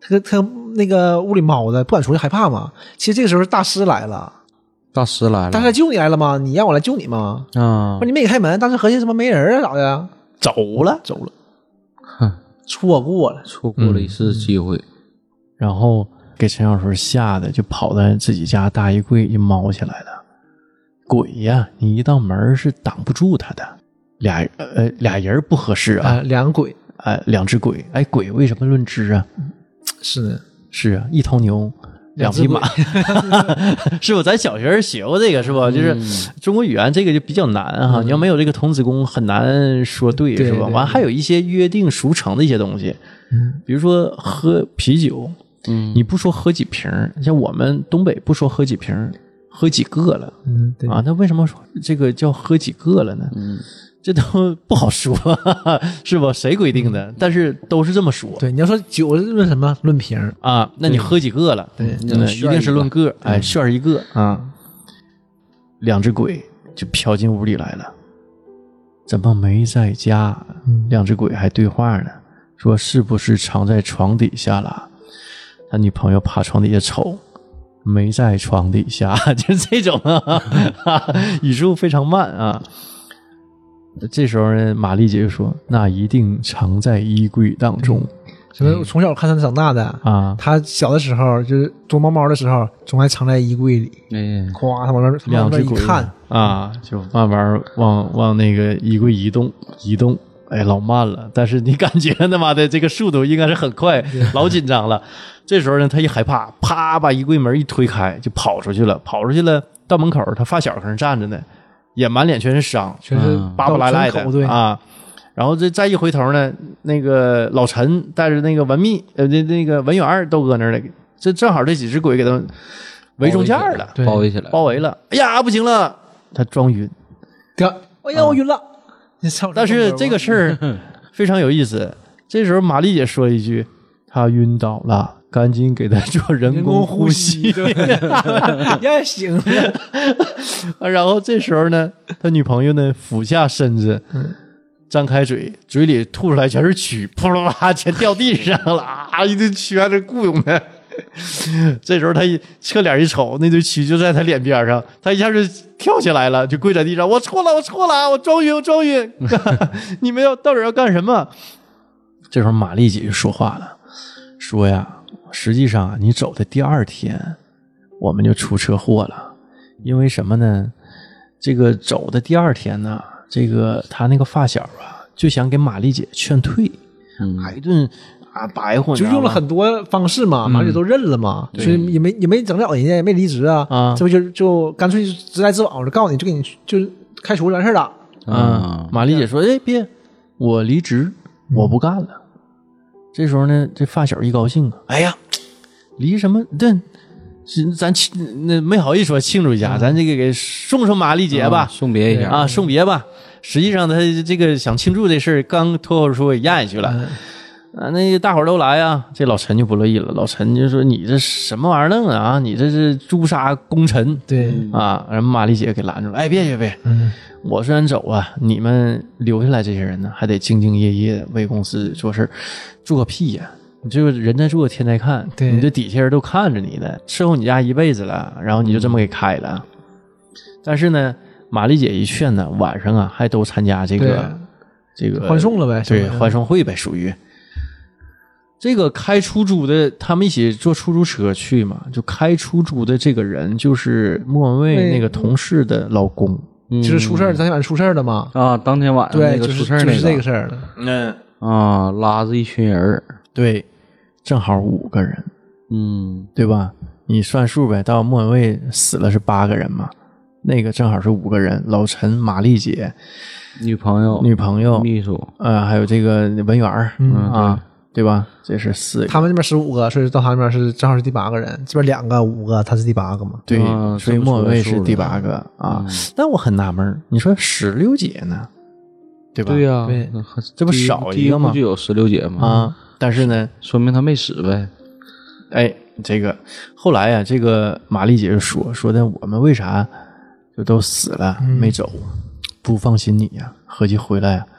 他他那个屋里猫的不敢出去，害怕嘛。其实这个时候大师来了，
大师来了，
大师来救你来了吗？你让我来救你吗？
啊
不是，你没开门，当时合计什么没人啊咋的？走了，走了，
(laughs) 哼
错过了。
错过了一次机会，
然后给陈小春吓得就跑到自己家大衣柜就猫起来了。鬼呀，你一道门儿是挡不住他的，俩呃俩人不合适啊，
啊，两鬼
哎、两只鬼，哎鬼为什么论只啊？
是呢，
是啊，一头牛，两匹马， (laughs)
(laughs)
是不？咱小学时学过这个，是不？就是中国语言这个就比较难哈，你要没有这个童子功，很难说嗯对，
对
是吧？
对
完还有一些约定俗成的一些东西，
嗯
比如说喝啤酒，
嗯
你不说喝几瓶儿，像我们东北不说喝几瓶儿，喝几个了。
嗯，对
啊，那为什么说这个叫喝几个了呢？
嗯，
这都 (laughs) 不好说，是吧？谁规定的？但是都是这么说。
对，你要说酒是论什么论瓶儿，
啊，那你喝几个了？对，
嗯
一定是论个，哎，炫儿一个啊。两只鬼就飘进屋里来了，怎么没在家？
嗯
两只鬼还对话呢，说是不是藏在床底下了？他女朋友趴床底下瞅，没在床底下， (laughs) 就是这种啊，语速非常慢啊。这时候呢，玛丽姐就说：“那一定藏在衣柜当中
什么我从小看他长大的，
啊。”
他小的时候就是躲猫猫的时候，总爱藏在衣柜里，
哎，
咵，他往那儿他
两
往那
只
儿一
鬼
看，
啊，就慢慢往往那个衣柜移动移动，哎，老慢了。但是你感觉他妈的这个速度应该是很快，老紧张了。这时候呢，他一害怕，啪把衣柜门一推开，就跑出去了。跑出去了，到门口他发小搁那站着呢，也满脸全是伤，
全是
嗯
巴不拉赖
到全口对
的啊。然后这再一回头呢，那个老陈带着那个文秘呃那那个文员儿都搁那儿了，这正好这几只鬼给他围中间儿了，
对
嗯包围起来，
包围了。哎呀，不行了，他装晕。
得，哎呀，我晕了。你上
啊但是这个事 (laughs) 儿非常有意思。这时候玛丽姐说一句：“他晕倒了，赶紧给他做人
人
工
工
呼
呼
吸
吸，。对，
(laughs)
(laughs) 也行了。”
然后这时候呢，他女朋友呢俯下身子，张开嘴，嘴里吐出来全是蛆，扑啦啦全掉地上了，啊，一堆蛆还在雇佣他。这时候他一侧脸一瞅，那堆蛆就在他脸边上，他一下就跳起来了，就跪在地上：“我错了，我错了，我装晕，我装晕！你们要到底要干什么？”这时候玛丽姐就说话了，说呀，实际上啊你走的第二天，我们就出车祸了。因为什么呢？这个走的第二天呢，这个他那个发小啊，就想给玛丽姐劝退，
嗯
挨顿啊白活，你
就
知道
用了
吗
很多方式嘛，马上就都认了嘛，所以也没也没整了人家，也没离职啊，
啊
这不就就干脆直来直往，我就告诉你，就给你就开除完事儿了。
啊嗯
啊，，
玛丽姐说：“哎，别，我离职，我不干了。这时候呢，这发小一高兴啊，哎呀，离什么？但咱庆那没好意思说庆祝一下，咱这个给送送玛丽姐吧
啊，送别一下，
嗯啊，送别吧。实际上，他这个想庆祝这事儿，刚脱口而出给咽下去了。啊，那个大伙儿都来啊，这老陈就不乐意了。老陈就说：“你这什么玩意儿弄啊？你这是诛杀功臣
对，
啊！”然后玛丽姐给拦住了：“哎，别别别，我虽然走啊，你们留下来这些人呢，还得兢兢业业为公司做事儿，做个屁呀、你这个人在做，天在看，
对
你这底下人都看着你呢，伺候你家一辈子了，然后你就
嗯
这么给开了。但是呢，玛丽姐一劝呢，晚上啊还都参加这
对
个这个
欢送了呗，
对
相当于
欢送会呗，属于。这个开出租的，他们一起坐出租车去嘛，就开出租的这个人就是莫文蔚
对
那个同事的老公，
嗯
就是出事儿，咱晚上出事儿了嘛，
啊，当天晚上
对，
那个
就
出
是
事儿
就是这
那
个事儿了，
嗯，
啊，拉着一群人儿，
对，正好五个人，
嗯
对吧？你算数呗，到莫文蔚死了是八个人嘛，那个正好是五个人，老陈、玛丽姐、
女朋友、
女朋友，
秘书，
呃，还有这个文员儿、嗯、啊，对吧？这是四个，
他们这边十五个，所以到他那边是正好是第八个人，这边两个五个，他是第八个嘛。
对，
啊
所以
这么
末
说
位
数
是
了
第八个啊。那我很纳闷儿，你说石榴姐呢？对吧？
对呀
对，
那很
这不
第
少
第
一
一
个
部
吗
就有石榴姐嘛，
啊，但是呢，
说明她没死呗。
哎，这个后来呀、这个玛丽姐就说说的，我们为啥就都死了、
嗯
没走，啊不放心你呀、合计回来、呀，啊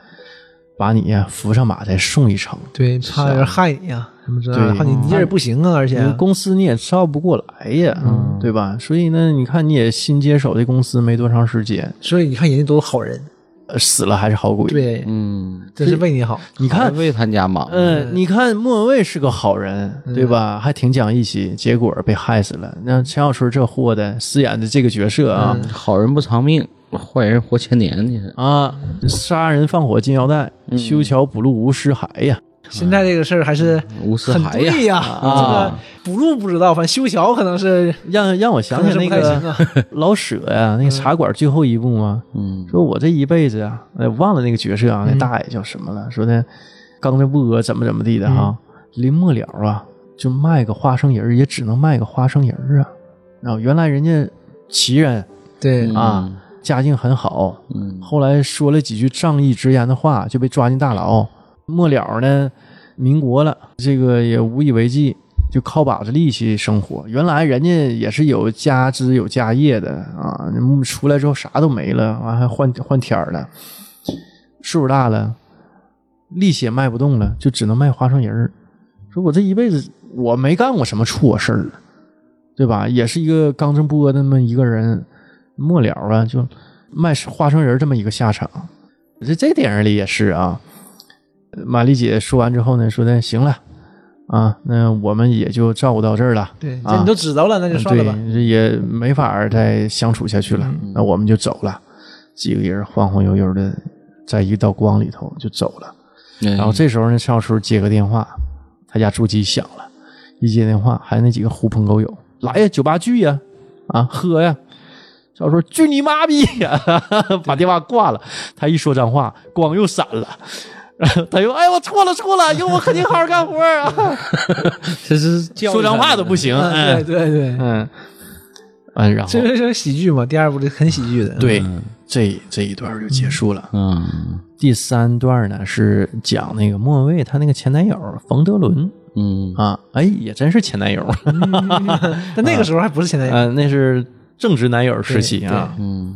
把你呀、扶上马再送一程。
对，怕有人啊害你呀、什么之类的，
对
怕你你这人不行啊，嗯而且
你公司你也照不过来呀，对吧？所以呢，你看你也新接手这公司没多长时间，
所以你看人家都是好人，
呃死了还是好鬼。
对，
嗯，
真是为你好。
你看
还为他家忙，
嗯，你看莫文蔚是个好人，
嗯
对吧？还挺讲义气，结果被害死了。那陈小春这货的饰演的这个角色
嗯
啊，
好人不长命，坏人活千年。你看
啊，杀人放火金腰带，
嗯
修桥补路无尸骸呀。
现在这个事儿还是
无私
很
还呀
对呀、
啊
这个补录不知道，反正修桥可能是
让让我想起那
可能是不啊
个 (laughs) 老舍呀、
(laughs) 嗯
那个茶馆最后一幕嘛，
嗯，
说我这一辈子啊，哎，忘了那个角色
嗯
啊，那大爷叫什么了？说呢，刚才不阿怎么怎么地的哈、
嗯
临末了啊，就卖个花生仁儿，也只能卖个花生仁儿啊。然后原来人家旗人
对、
啊，家境很好，
嗯
后来说了几句仗义直言的话，就被抓进大牢。末了呢，民国了，这个也无以为继，就靠把子力气生活。原来人家也是有家资有家业的啊，嗯出来之后啥都没了，完还换换天儿了，岁数大了，力气也卖不动了，就只能卖花生仁儿。说我这一辈子我没干过什么错事儿，对吧？也是一个刚正不阿的那么一个人，末了啊，就卖花生仁儿这么一个下场。这这电影里也是啊。玛丽姐说完之后呢，说的行了啊，那我们也就照顾到这儿了。
对，
啊
这你都知道了，那就算了吧。嗯
对，也没法儿再相处下去了，那我们就走了。几个人晃晃悠悠的，在一道光里头就走了。
然
然后这时候呢，邵叔接个电话，他家座机响了，一接电话，还那几个狐朋狗友，来呀，酒吧聚呀，啊，喝呀。邵叔去你妈逼呀！ (laughs) 把电话挂了。他一说脏话，光又闪了。 (laughs) 然后他又哎，我错了错了，以后我肯定好好干活儿啊。
这是教育
说脏
他
话
们
都不行，嗯
嗯，对对对，
嗯嗯，然后
这个是喜剧嘛，第二部这很喜剧的。
对这这一段就结束了。
嗯
第三段呢是讲那个莫文蔚她那个前男友冯德伦，
嗯
啊，哎，也真是前男友，
嗯但那个时候还不是前男友，
呃，那是正值男友时期啊。
嗯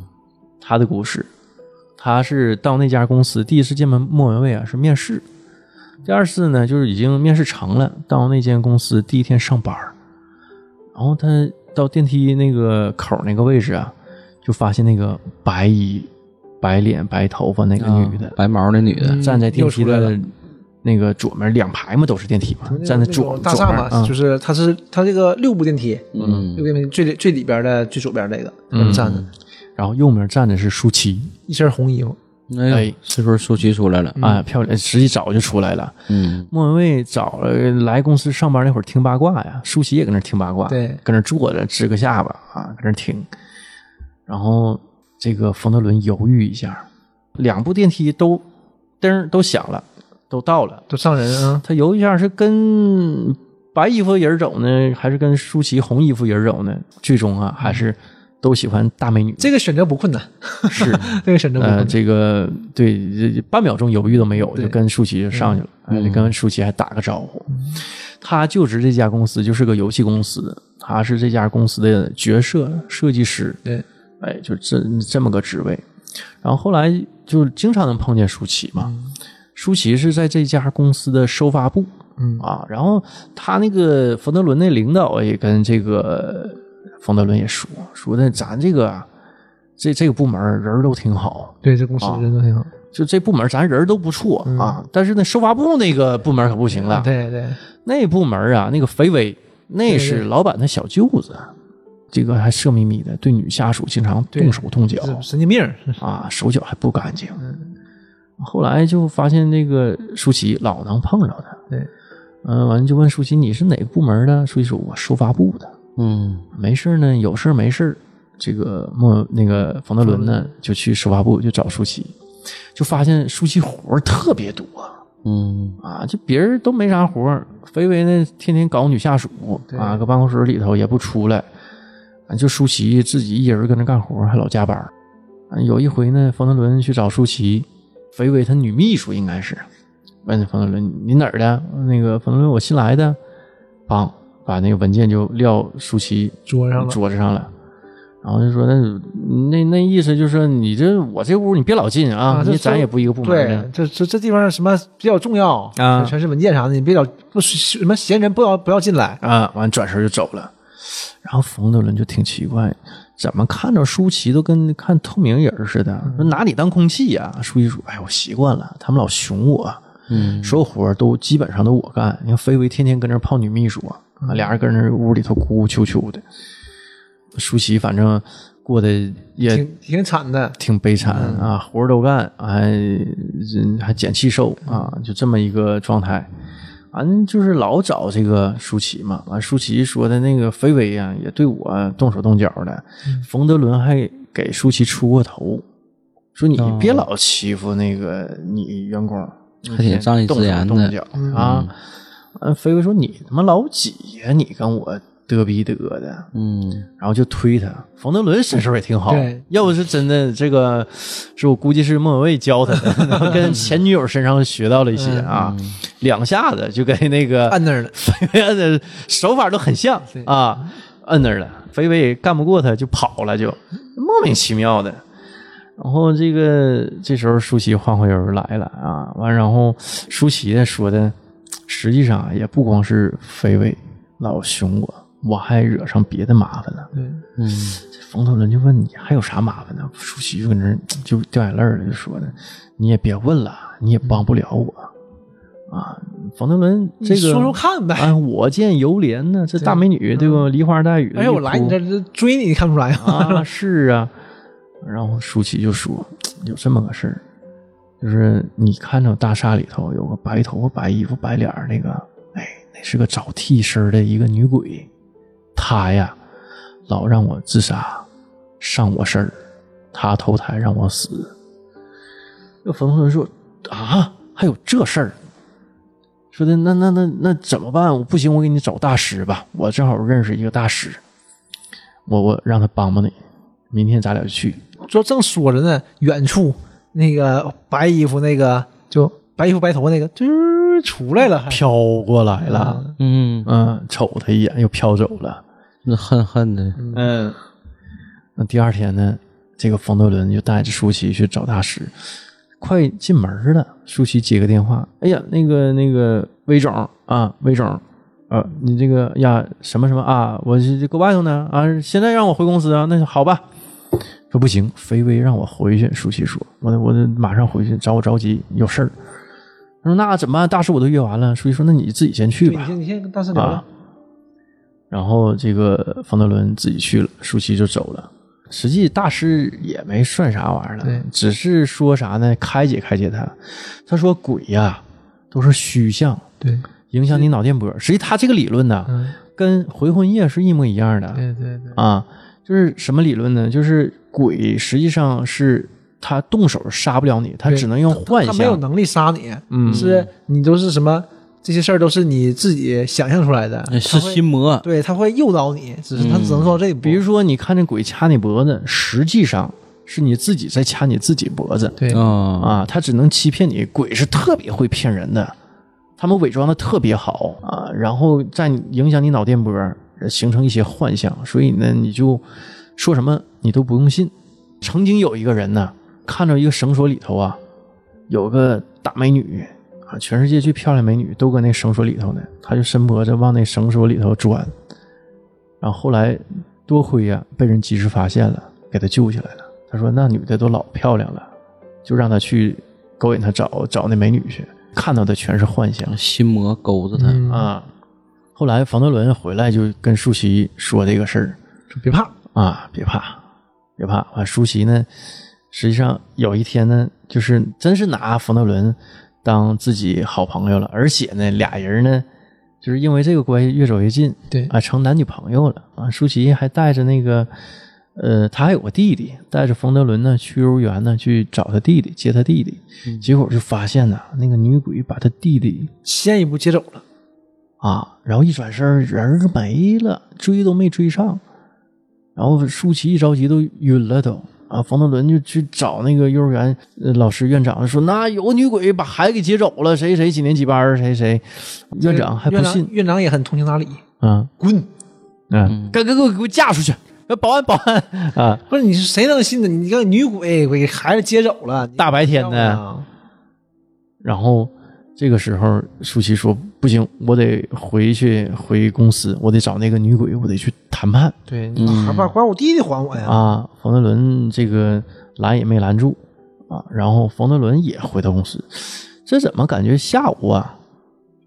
他的故事，他是到那家公司第一次见面，莫文蔚啊是面试，第二次呢就是已经面试成了，到那间公司第一天上班儿然后他到电梯那个口儿那个位置啊，就发现那个白衣、白脸、白头发那个
啊
女的，
白毛那女的，
站在电梯
又出来
的那个左面两排嘛，都是电梯嘛，嗯站在
那
左
种大厦
左面啊
嘛，就是它是它这个六部电梯，
嗯
六部电梯最里最里边的最左边那个
嗯
站着，
然后右面站的是舒淇，
一身红衣服，
哎呦，是不是舒淇出来
嗯
了？
啊，漂亮，实际早就出来了。
嗯
莫文蔚早了来公司上班那会儿听八卦呀，舒淇也搁那儿听八卦，
对
搁那儿坐着支个下巴啊，搁那儿听。然后这个冯德伦犹豫一下，两部电梯都灯儿都响了，都到了，
都上人啊，
他犹豫一下是跟白衣服人走呢，还是跟舒淇红衣服人走呢？最终啊，还是都喜欢大美女，
这个选择不困难， (laughs)
是
这个选择不困
呃，
难。
这个对，这半秒钟犹豫都没有，就跟舒淇就上去了，哎跟舒淇还打个招呼。他就职这家公司就是个游戏公司，他是这家公司的角色设计师，
对，
哎，就这这么个职位。然后后来就经常能碰见舒淇嘛，舒淇是在这家公司的收发部，
嗯
啊，然后他那个冯德伦那领导也跟这个冯德伦也说说的，咱这个啊这这个部门人儿都挺好，
对，这公
啊
司人都挺好。
就这部门咱人儿都不错啊，但是呢，收发部那个部门可不行了，
嗯对对，
那部门啊，那个肥威那是老板他小舅子，这个还色眯眯的，对女下属经常动手动脚
这神经病儿，
啊，手脚还不干净。后来就发现那个舒淇老能碰着他，
对，
嗯、完了就问舒淇你是哪个部门的？舒淇说我收发部的。
嗯
没事呢，有事没事这个莫那个冯德伦呢，就去首发部就找舒淇，就发现舒淇活儿特别多
嗯，
啊，就别人都没啥活儿，菲菲呢天天搞女下属啊，搁办公室里头也不出来，啊就舒淇自己一人跟着干活儿，还老加班儿。啊有一回呢，冯德伦去找舒淇，菲菲她女秘书应该是，问冯德伦你哪儿的？那个冯德伦我新来的，帮把那个文件就撂舒淇
桌上了
桌子上了。然后就说那那那意思就是说你这我这屋你别老进啊，
啊这
你咱
是
也不一个部门的
对，。这这这地方什么比较重要
啊
全是文件啥的，你别老不什么闲人不要不要进来。
啊，完转身就走了。然后冯德伦就挺奇怪，怎么看着舒淇都跟看透明人似的，说拿你当空气呀、舒淇说：“哎，我习惯了，他们老熊我，嗯，所有活儿都基本上都我干。你看菲菲天天跟那儿泡女秘书啊，俩人跟那屋里头咕咕啾啾的。舒淇反正过得也
挺挺惨的，
挺悲惨
嗯
啊，活儿都干，还人还减气受啊，就这么一个状态。完就是老找这个舒淇嘛，完舒淇说的那个菲菲呀，也对我动手动脚的。
嗯
冯德伦还给舒淇出过头，说你别老欺负那个你员工，
哦还挺仗义
动
执
手
言
动
的嗯
脚啊。完菲菲说你他妈老几呀，你跟我嘚逼嘚的，
嗯，
然后就推他。冯德伦身手也挺好
对，
要不是真的这个，是我估计是莫文蔚教他的，然后跟前女友身上学到了一些啊，两下子就给那个
嗯按那儿了。
菲菲摁的手法都很像啊，摁那儿了。菲菲也干不过他，就跑了就，莫名其妙的。然后这个这时候舒淇换回人来了啊，完然后舒淇呢说的，实际上啊也不光是菲菲老凶我，我还惹上别的麻烦了。
嗯
冯德伦就问你还有啥麻烦呢？舒淇就跟那儿就掉眼泪儿了，就说的你也别问了，你也帮不了我啊。冯德伦这
你
个
说说看呗
啊，我见犹怜呢，这大美女对吧？梨花带雨的
而
一
且
哭，
哎我来你这儿这追你，你看不出来啊？
啊，是啊。然后舒淇就说有这么个事儿，就是你看着大厦里头有个白头发、白衣服、白脸儿那个，哎，那是个找替身儿的一个女鬼，她呀老让我自杀，上我身儿，她投胎让我死。那冯冯说啊，还有这事儿。说的那那那那怎么办？我不行，我给你找大师吧。我正好认识一个大师，我我让他帮帮你，明天咱俩就去。
说正说着呢，远处那个白衣服那个就白衣服白头发那个，就是出来了，还
飘过来了，
嗯，
嗯，瞅他一眼又飘走了。
那恨恨的，
嗯，那第二天呢，这个冯德伦就带着舒淇去找大师。快进门了，舒淇接个电话，哎呀，那个那个魏总啊，魏总，呃，你这个呀什么什么啊，我这这搁外头呢啊，现在让我回公司啊，那好吧。说不行，菲菲让我回去。舒淇说：“我得我得马上回去找我着急，有事儿。”他说：“那怎么办？大师我都约完了。”舒淇说：“那你自己先去
对，
吧。”
你先你先跟大师聊聊
啊。然后这个冯德伦自己去了，舒淇就走了。实际大师也没算啥玩意儿
对
了，只是说啥呢？开解开解他。他说鬼呀、都是虚像，
对，
影响你脑电波。实际他这个理论呢，
嗯，
跟回魂夜是一模一样的
对对对，
啊。就是什么理论呢？就是鬼实际上是他动手杀不了你，他
对
只能用幻
他没有
象。
能力杀你，
嗯
是你都是什么这些事儿都是你自己想象出来的，
呃
是心魔，
对他会诱导你，只是他只能做到这一步。
比如说，你看这鬼掐你脖子，实际上是你自己在掐你自己脖子。
对，
啊，
啊，他只能欺骗你。鬼是特别会骗人的，他们伪装的特别好啊，然后在你影响你脑电波，形成一些幻象，所以呢，你就说什么你都不用信。曾经有一个人呢，看到一个绳索里头啊，有个大美女啊，全世界最漂亮美女都搁那绳索里头呢，他就伸脖子往那绳索里头钻，然后后来多亏呀、被人及时发现了，给他救起来了。他说那女的都老漂亮了，就让他去勾引他找找那美女去，看到的全是幻想
心魔勾着他，
嗯
啊。后来冯德伦回来就跟舒淇说这个事儿
就别怕，
啊，别怕，别怕。完，舒淇呢，实际上有一天呢，就是真是拿冯德伦当自己好朋友了，而且呢，俩人呢，就是因为这个关系越走越近，
对
啊，成男女朋友了啊。舒淇还带着那个呃，他还有个弟弟，带着冯德伦呢去幼儿园呢去找他弟弟接他弟弟，结果就发现呢，那个女鬼把他弟弟
先一步接走了，
啊，然后一转身儿人儿没了，追都没追上。然后舒淇一着急都晕了都啊，冯德伦就去找那个幼儿园呃老师院长说，那有个女鬼把孩子给接走了，谁谁几年几班儿谁谁，院长还不
院
信
长院长也很通情达理，
啊，
滚！
嗯，给给给我给我嫁出去，保安保安啊，
不是你是谁能信呢？你个女鬼给孩子接走了，
大白天的。
的，
然后这个时候，舒淇说：“不行，我得回去回公司，我得找那个女鬼，我得去谈判
对，你还把啊管我弟弟还我呀？
嗯啊。”冯德伦这个拦也没拦住啊，然后冯德伦也回到公司，这怎么感觉下午啊，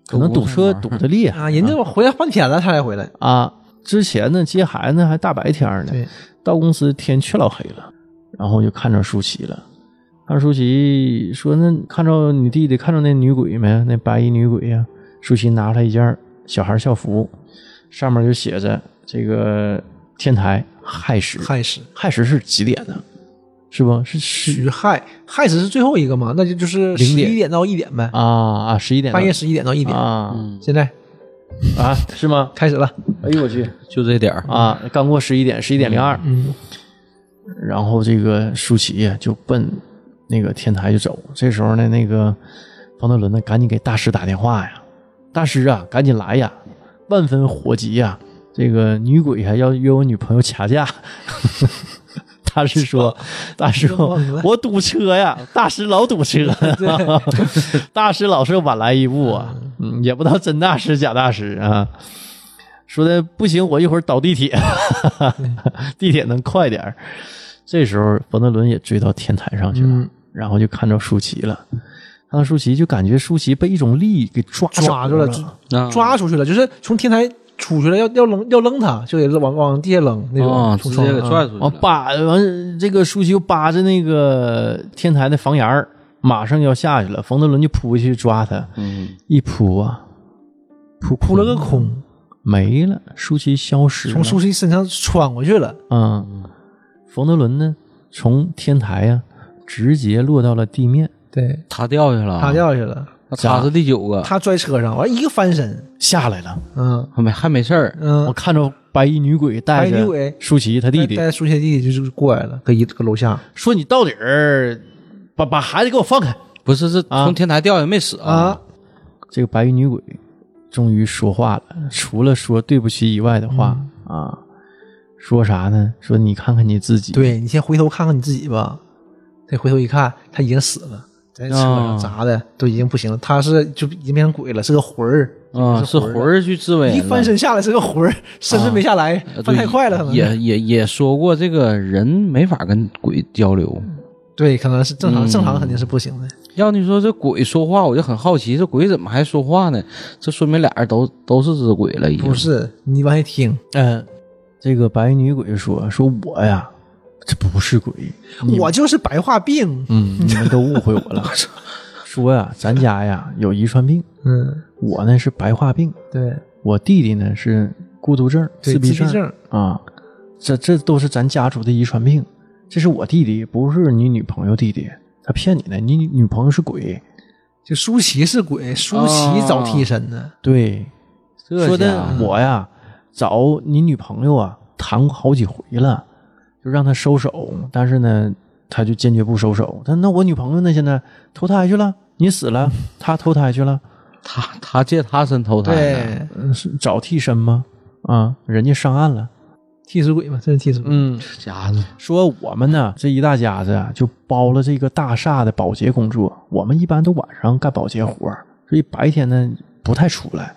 可能堵车堵的厉害
啊，人家我回来半天了，他才回来。
啊。之前呢接孩子还大白天呢，
对，
到公司天却老黑了，然后就看着舒淇了。看舒淇说：“那看着你弟弟，看着那女鬼没？那白衣女鬼呀、舒淇拿出来一件小孩校服，上面就写着这个天台亥时，
亥时，
亥时是几点呢？是不？是
戌
十
亥，亥时是最后一个嘛？那就就是十
零点
一点到一点呗，
啊啊，十一点到
半夜十一点到一点。
啊、
现在
啊，是吗？
开始了，
哎呦我去！
就这点儿，
啊，刚过十一点，十一点零二，
嗯，
然后这个舒淇呀就奔那个天台就走。这时候呢，那个冯德伦呢，赶紧给大师打电话呀，大师啊，赶紧来呀，万分火急呀，这个女鬼还要约我女朋友掐架。 (laughs) 大师说：“大师说，我堵车呀，大师老堵车， (laughs) 大师老是晚来一步啊，嗯，也不知道真大师假大师啊。”说的不行，我一会儿倒地铁，
嗯
(laughs) 地铁能快点儿。这时候冯德伦也追到天台上去了，
嗯
然后就看着舒淇了。看到舒淇，就感觉舒淇被一种力给抓
抓住
了
了，，
啊
抓出去了，就是从天台出去了，要要扔要扔他，就得往往地下扔那
啊，
种，嗯
直
从
接
窗
给
上
拽出去
完
了。
扒哦完这个舒淇又扒着那个天台的房檐儿，马上要下去了。冯德伦就扑过去抓他，
嗯，
一扑啊，扑
扑了个空，
没了，舒淇消失了。
从舒淇身上穿过去了，
嗯，冯德伦呢，从天台呀、直接落到了地面，
对，
他掉下了，
他，掉下去
啊
了，
他是第九个，
他拽车上，完一个翻身，
下来了。
嗯
还没还没事儿，
我
嗯，
看着白衣女鬼带
白衣女
着
鬼呃
舒淇她弟弟
带，带舒淇弟弟就是过来了，搁一搁楼下
说：“你到底儿把把孩子给我放开
不是是
啊
从天台掉下没死
啊，，！”
这个白衣女鬼终于说话了，除了说对不起以外的话、啊，说啥呢？说你看看你自己，
对你先回头看看你自己吧，再回头一看，他已经死了。在车
啊
上砸的都已经不行了，他是就已经变成鬼了，是个魂儿，
啊，是魂儿去自卫
一
了，
翻身下来是个魂儿，身子没下来，
呃
翻太
对
快了，可能
也也也说过，这个人没法跟鬼交流。
对，可能是正
嗯
常，正常肯定是不行的。
要你说这鬼说话，我就很好奇，这鬼怎么还说话呢？这说明俩人都都是只鬼了，已经
不是，你往下听，
嗯，这个白衣女鬼说：“说我呀，这不是鬼，你
我就是白化病。 (laughs)
嗯，你们都误会我了。说呀，咱家呀有遗传病，
嗯，
我呢是白化病，
对，
我弟弟呢是孤独症、
对
自闭
自闭症
啊，这这都是咱家族的遗传病。这是我弟弟，不是你女朋友弟弟，他骗你呢，你女女朋友是鬼。
就舒淇是鬼，舒
哦
淇找替身呢。
对，
这
说
家啊
的
伙
我呀找你女朋友啊谈过好几回了，就让她收手，但是呢，她就坚决不收手。但那我女朋友呢？现在投胎去了，你死了，她投胎去了。
他他借他身投胎的，
对，
嗯，是找替身吗？啊，人家上岸了。
替死鬼嘛，这是替死鬼。
嗯，
这家伙
说我们呢这一大家子啊，就包了这个大厦的保洁工作。我们一般都晚上干保洁活儿，所以白天呢不太出来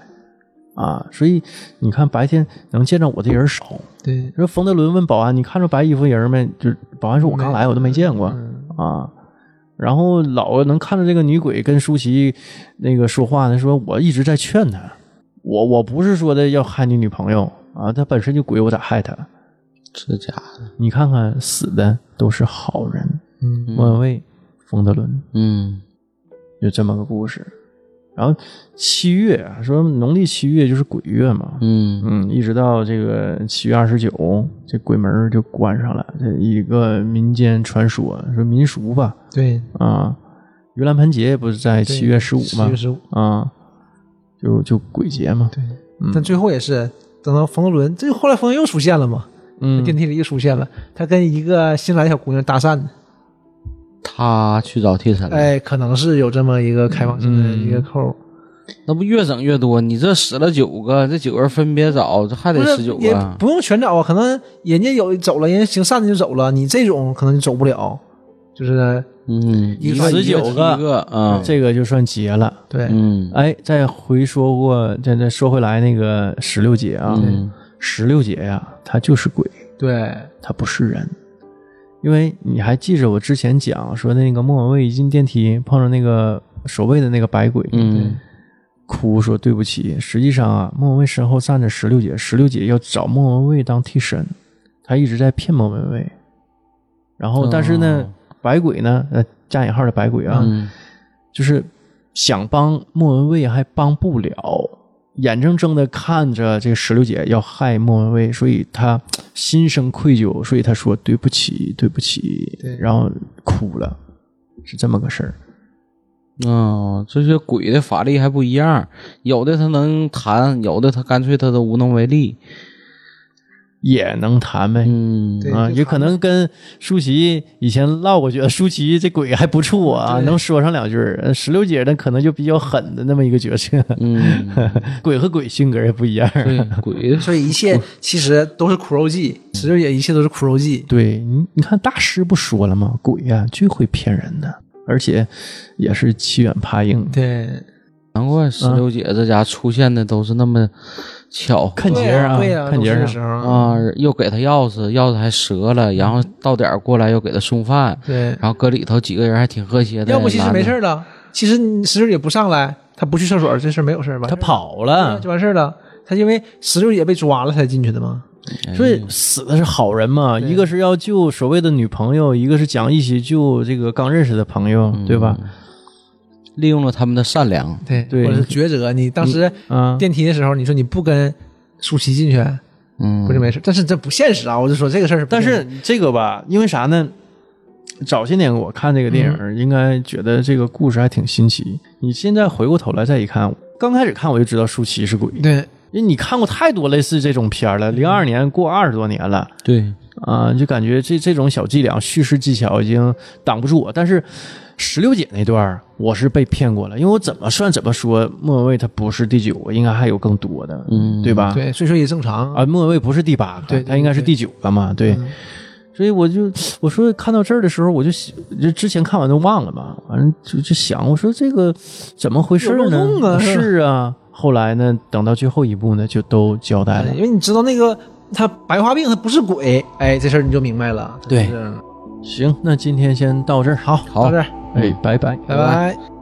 啊。所以你看白天能见着我的人少。
对，
说冯德伦问保安：“你看着白衣服人没？”就是保安说：“我刚来，我
嗯
都没见过啊。”然后老能看着这个女鬼跟舒淇那个说话呢，说我一直在劝她，我我不是说的要害你女朋友啊，她本身就鬼，我咋害她？
这家伙，
你看看死的都是好人，
嗯，
莫文蔚、冯德伦
嗯，
就这么个故事。然后七月啊说农历七月就是鬼月嘛，
嗯
嗯，一直到这个七月二十九，这鬼门儿就关上了。这一个民间传说，说民俗吧，
对，
啊，盂兰盆节不是在
对
七月十五
七
吗
月？十五，
啊，就就鬼节嘛。
对，
嗯
但最后也是等到冯仑，这后来冯仑又出现了嘛，
嗯，
电梯里又出现了，他跟一个新来的小姑娘搭讪呢，
他去找替
嗯
身了，
哎，可能是有这么一个开放性的一个扣儿，
那不越整越多？你这死了九个，这九个人分别找，这还
不
得
是
十九
也
个。
不用全找啊，可能人家有走了，人家行善的就走了，你这种可能就走不了，就是
嗯，
一
一
个
个
19
一
个
个一个啊，
这个就算结了。
对，
嗯
哎，再回说过，再再说回来那个石榴节啊，
嗯
石榴节呀、它就是鬼，
对，
它不是人。因为你还记着我之前讲说那个莫文蔚一进电梯碰上那个守卫的那个白鬼，
嗯
哭说对不起。实际上啊，莫文蔚身后站着石榴姐，石榴姐要找莫文蔚当替身，她一直在骗莫文蔚。然后，但是呢，白鬼呢，呃，加引号的白鬼啊，
哦嗯
就是想帮莫文蔚还帮不了，眼睁睁的看着这个石榴姐要害莫文蔚，所以他心生愧疚，所以他说对不起，对不起，
对
然后哭了，是这么个事儿。
嗯，这些鬼的法力还不一样，有的他能弹，有的他干脆他都无能为力。
也能谈呗，
嗯，
对
啊，
就
也
谈
可能跟舒淇以前唠过去，呃舒淇这鬼还不错啊，
对
能说上两句儿。呃石榴姐呢，可能就比较狠的那么一个角色， (laughs)
嗯，
鬼和鬼性格也不一样。
(laughs) 对，鬼
所以一切其实都是苦肉计，石榴姐一切都是苦肉计，
对你，你看大师不说了吗？鬼呀、最会骗人的，而且也是欺软怕硬。
对，
难怪石榴姐这家出现的都是那么巧
看节儿啊
对呀，
看节儿啊
都是这时候，
啊，又给他钥匙，钥匙还折了，然后到点儿过来又给他送饭，
对，
然后搁里头几个人还挺和谐的，
要不其实
拦
没
着
事儿了，其实你石榴姐不上来，她不去厕所，这事儿没有事儿吧？
他跑
啊
了，
就完事儿了。她因为石榴姐被抓了才进去的嘛，
所
嗯
以死的是好人嘛，一个是要救所谓的女朋友，一个是讲一起救这个刚认识的朋友，
嗯
对吧？
嗯利用了他们的善良。
对，
对
或者是抉择。你当时
啊，
电梯的时候，你说你不跟舒淇进去，
嗯，
不是没事，但是这不现实啊！我就说这个事儿不
但
现实，
是这个吧，因为啥呢？早些年我看这个电
嗯
影，应该觉得这个故事还挺新奇。你现在回过头来再一看，刚开始看我就知道舒淇是鬼，
对
因为你看过太多类似这种片儿了。零二年过二十多年了
对，
啊、就感觉这这种小伎俩、叙事技巧已经挡不住我。但是石榴姐那段儿我是被骗过了，因为我怎么算怎么说，莫文蔚她不是第九个，应该还有更多的，
嗯
对吧？
对，所以说也正常
啊，莫文蔚不是第八个，
对对
他应该是
对
第九个嘛，对。
嗯
所以我就我说看到这儿的时候，我就想就之前看完都忘了嘛，反正就就想我说这个怎么回事儿
有
呢
漏洞？啊
是啊，后来呢，等到最后一步呢，就都交代了
哎因。为你知道那个他白化病，他不是鬼，哎，这事儿你就明白了。
对
就是
行，那今天先到这儿，好，
好
到这儿，
哎，拜拜。
拜拜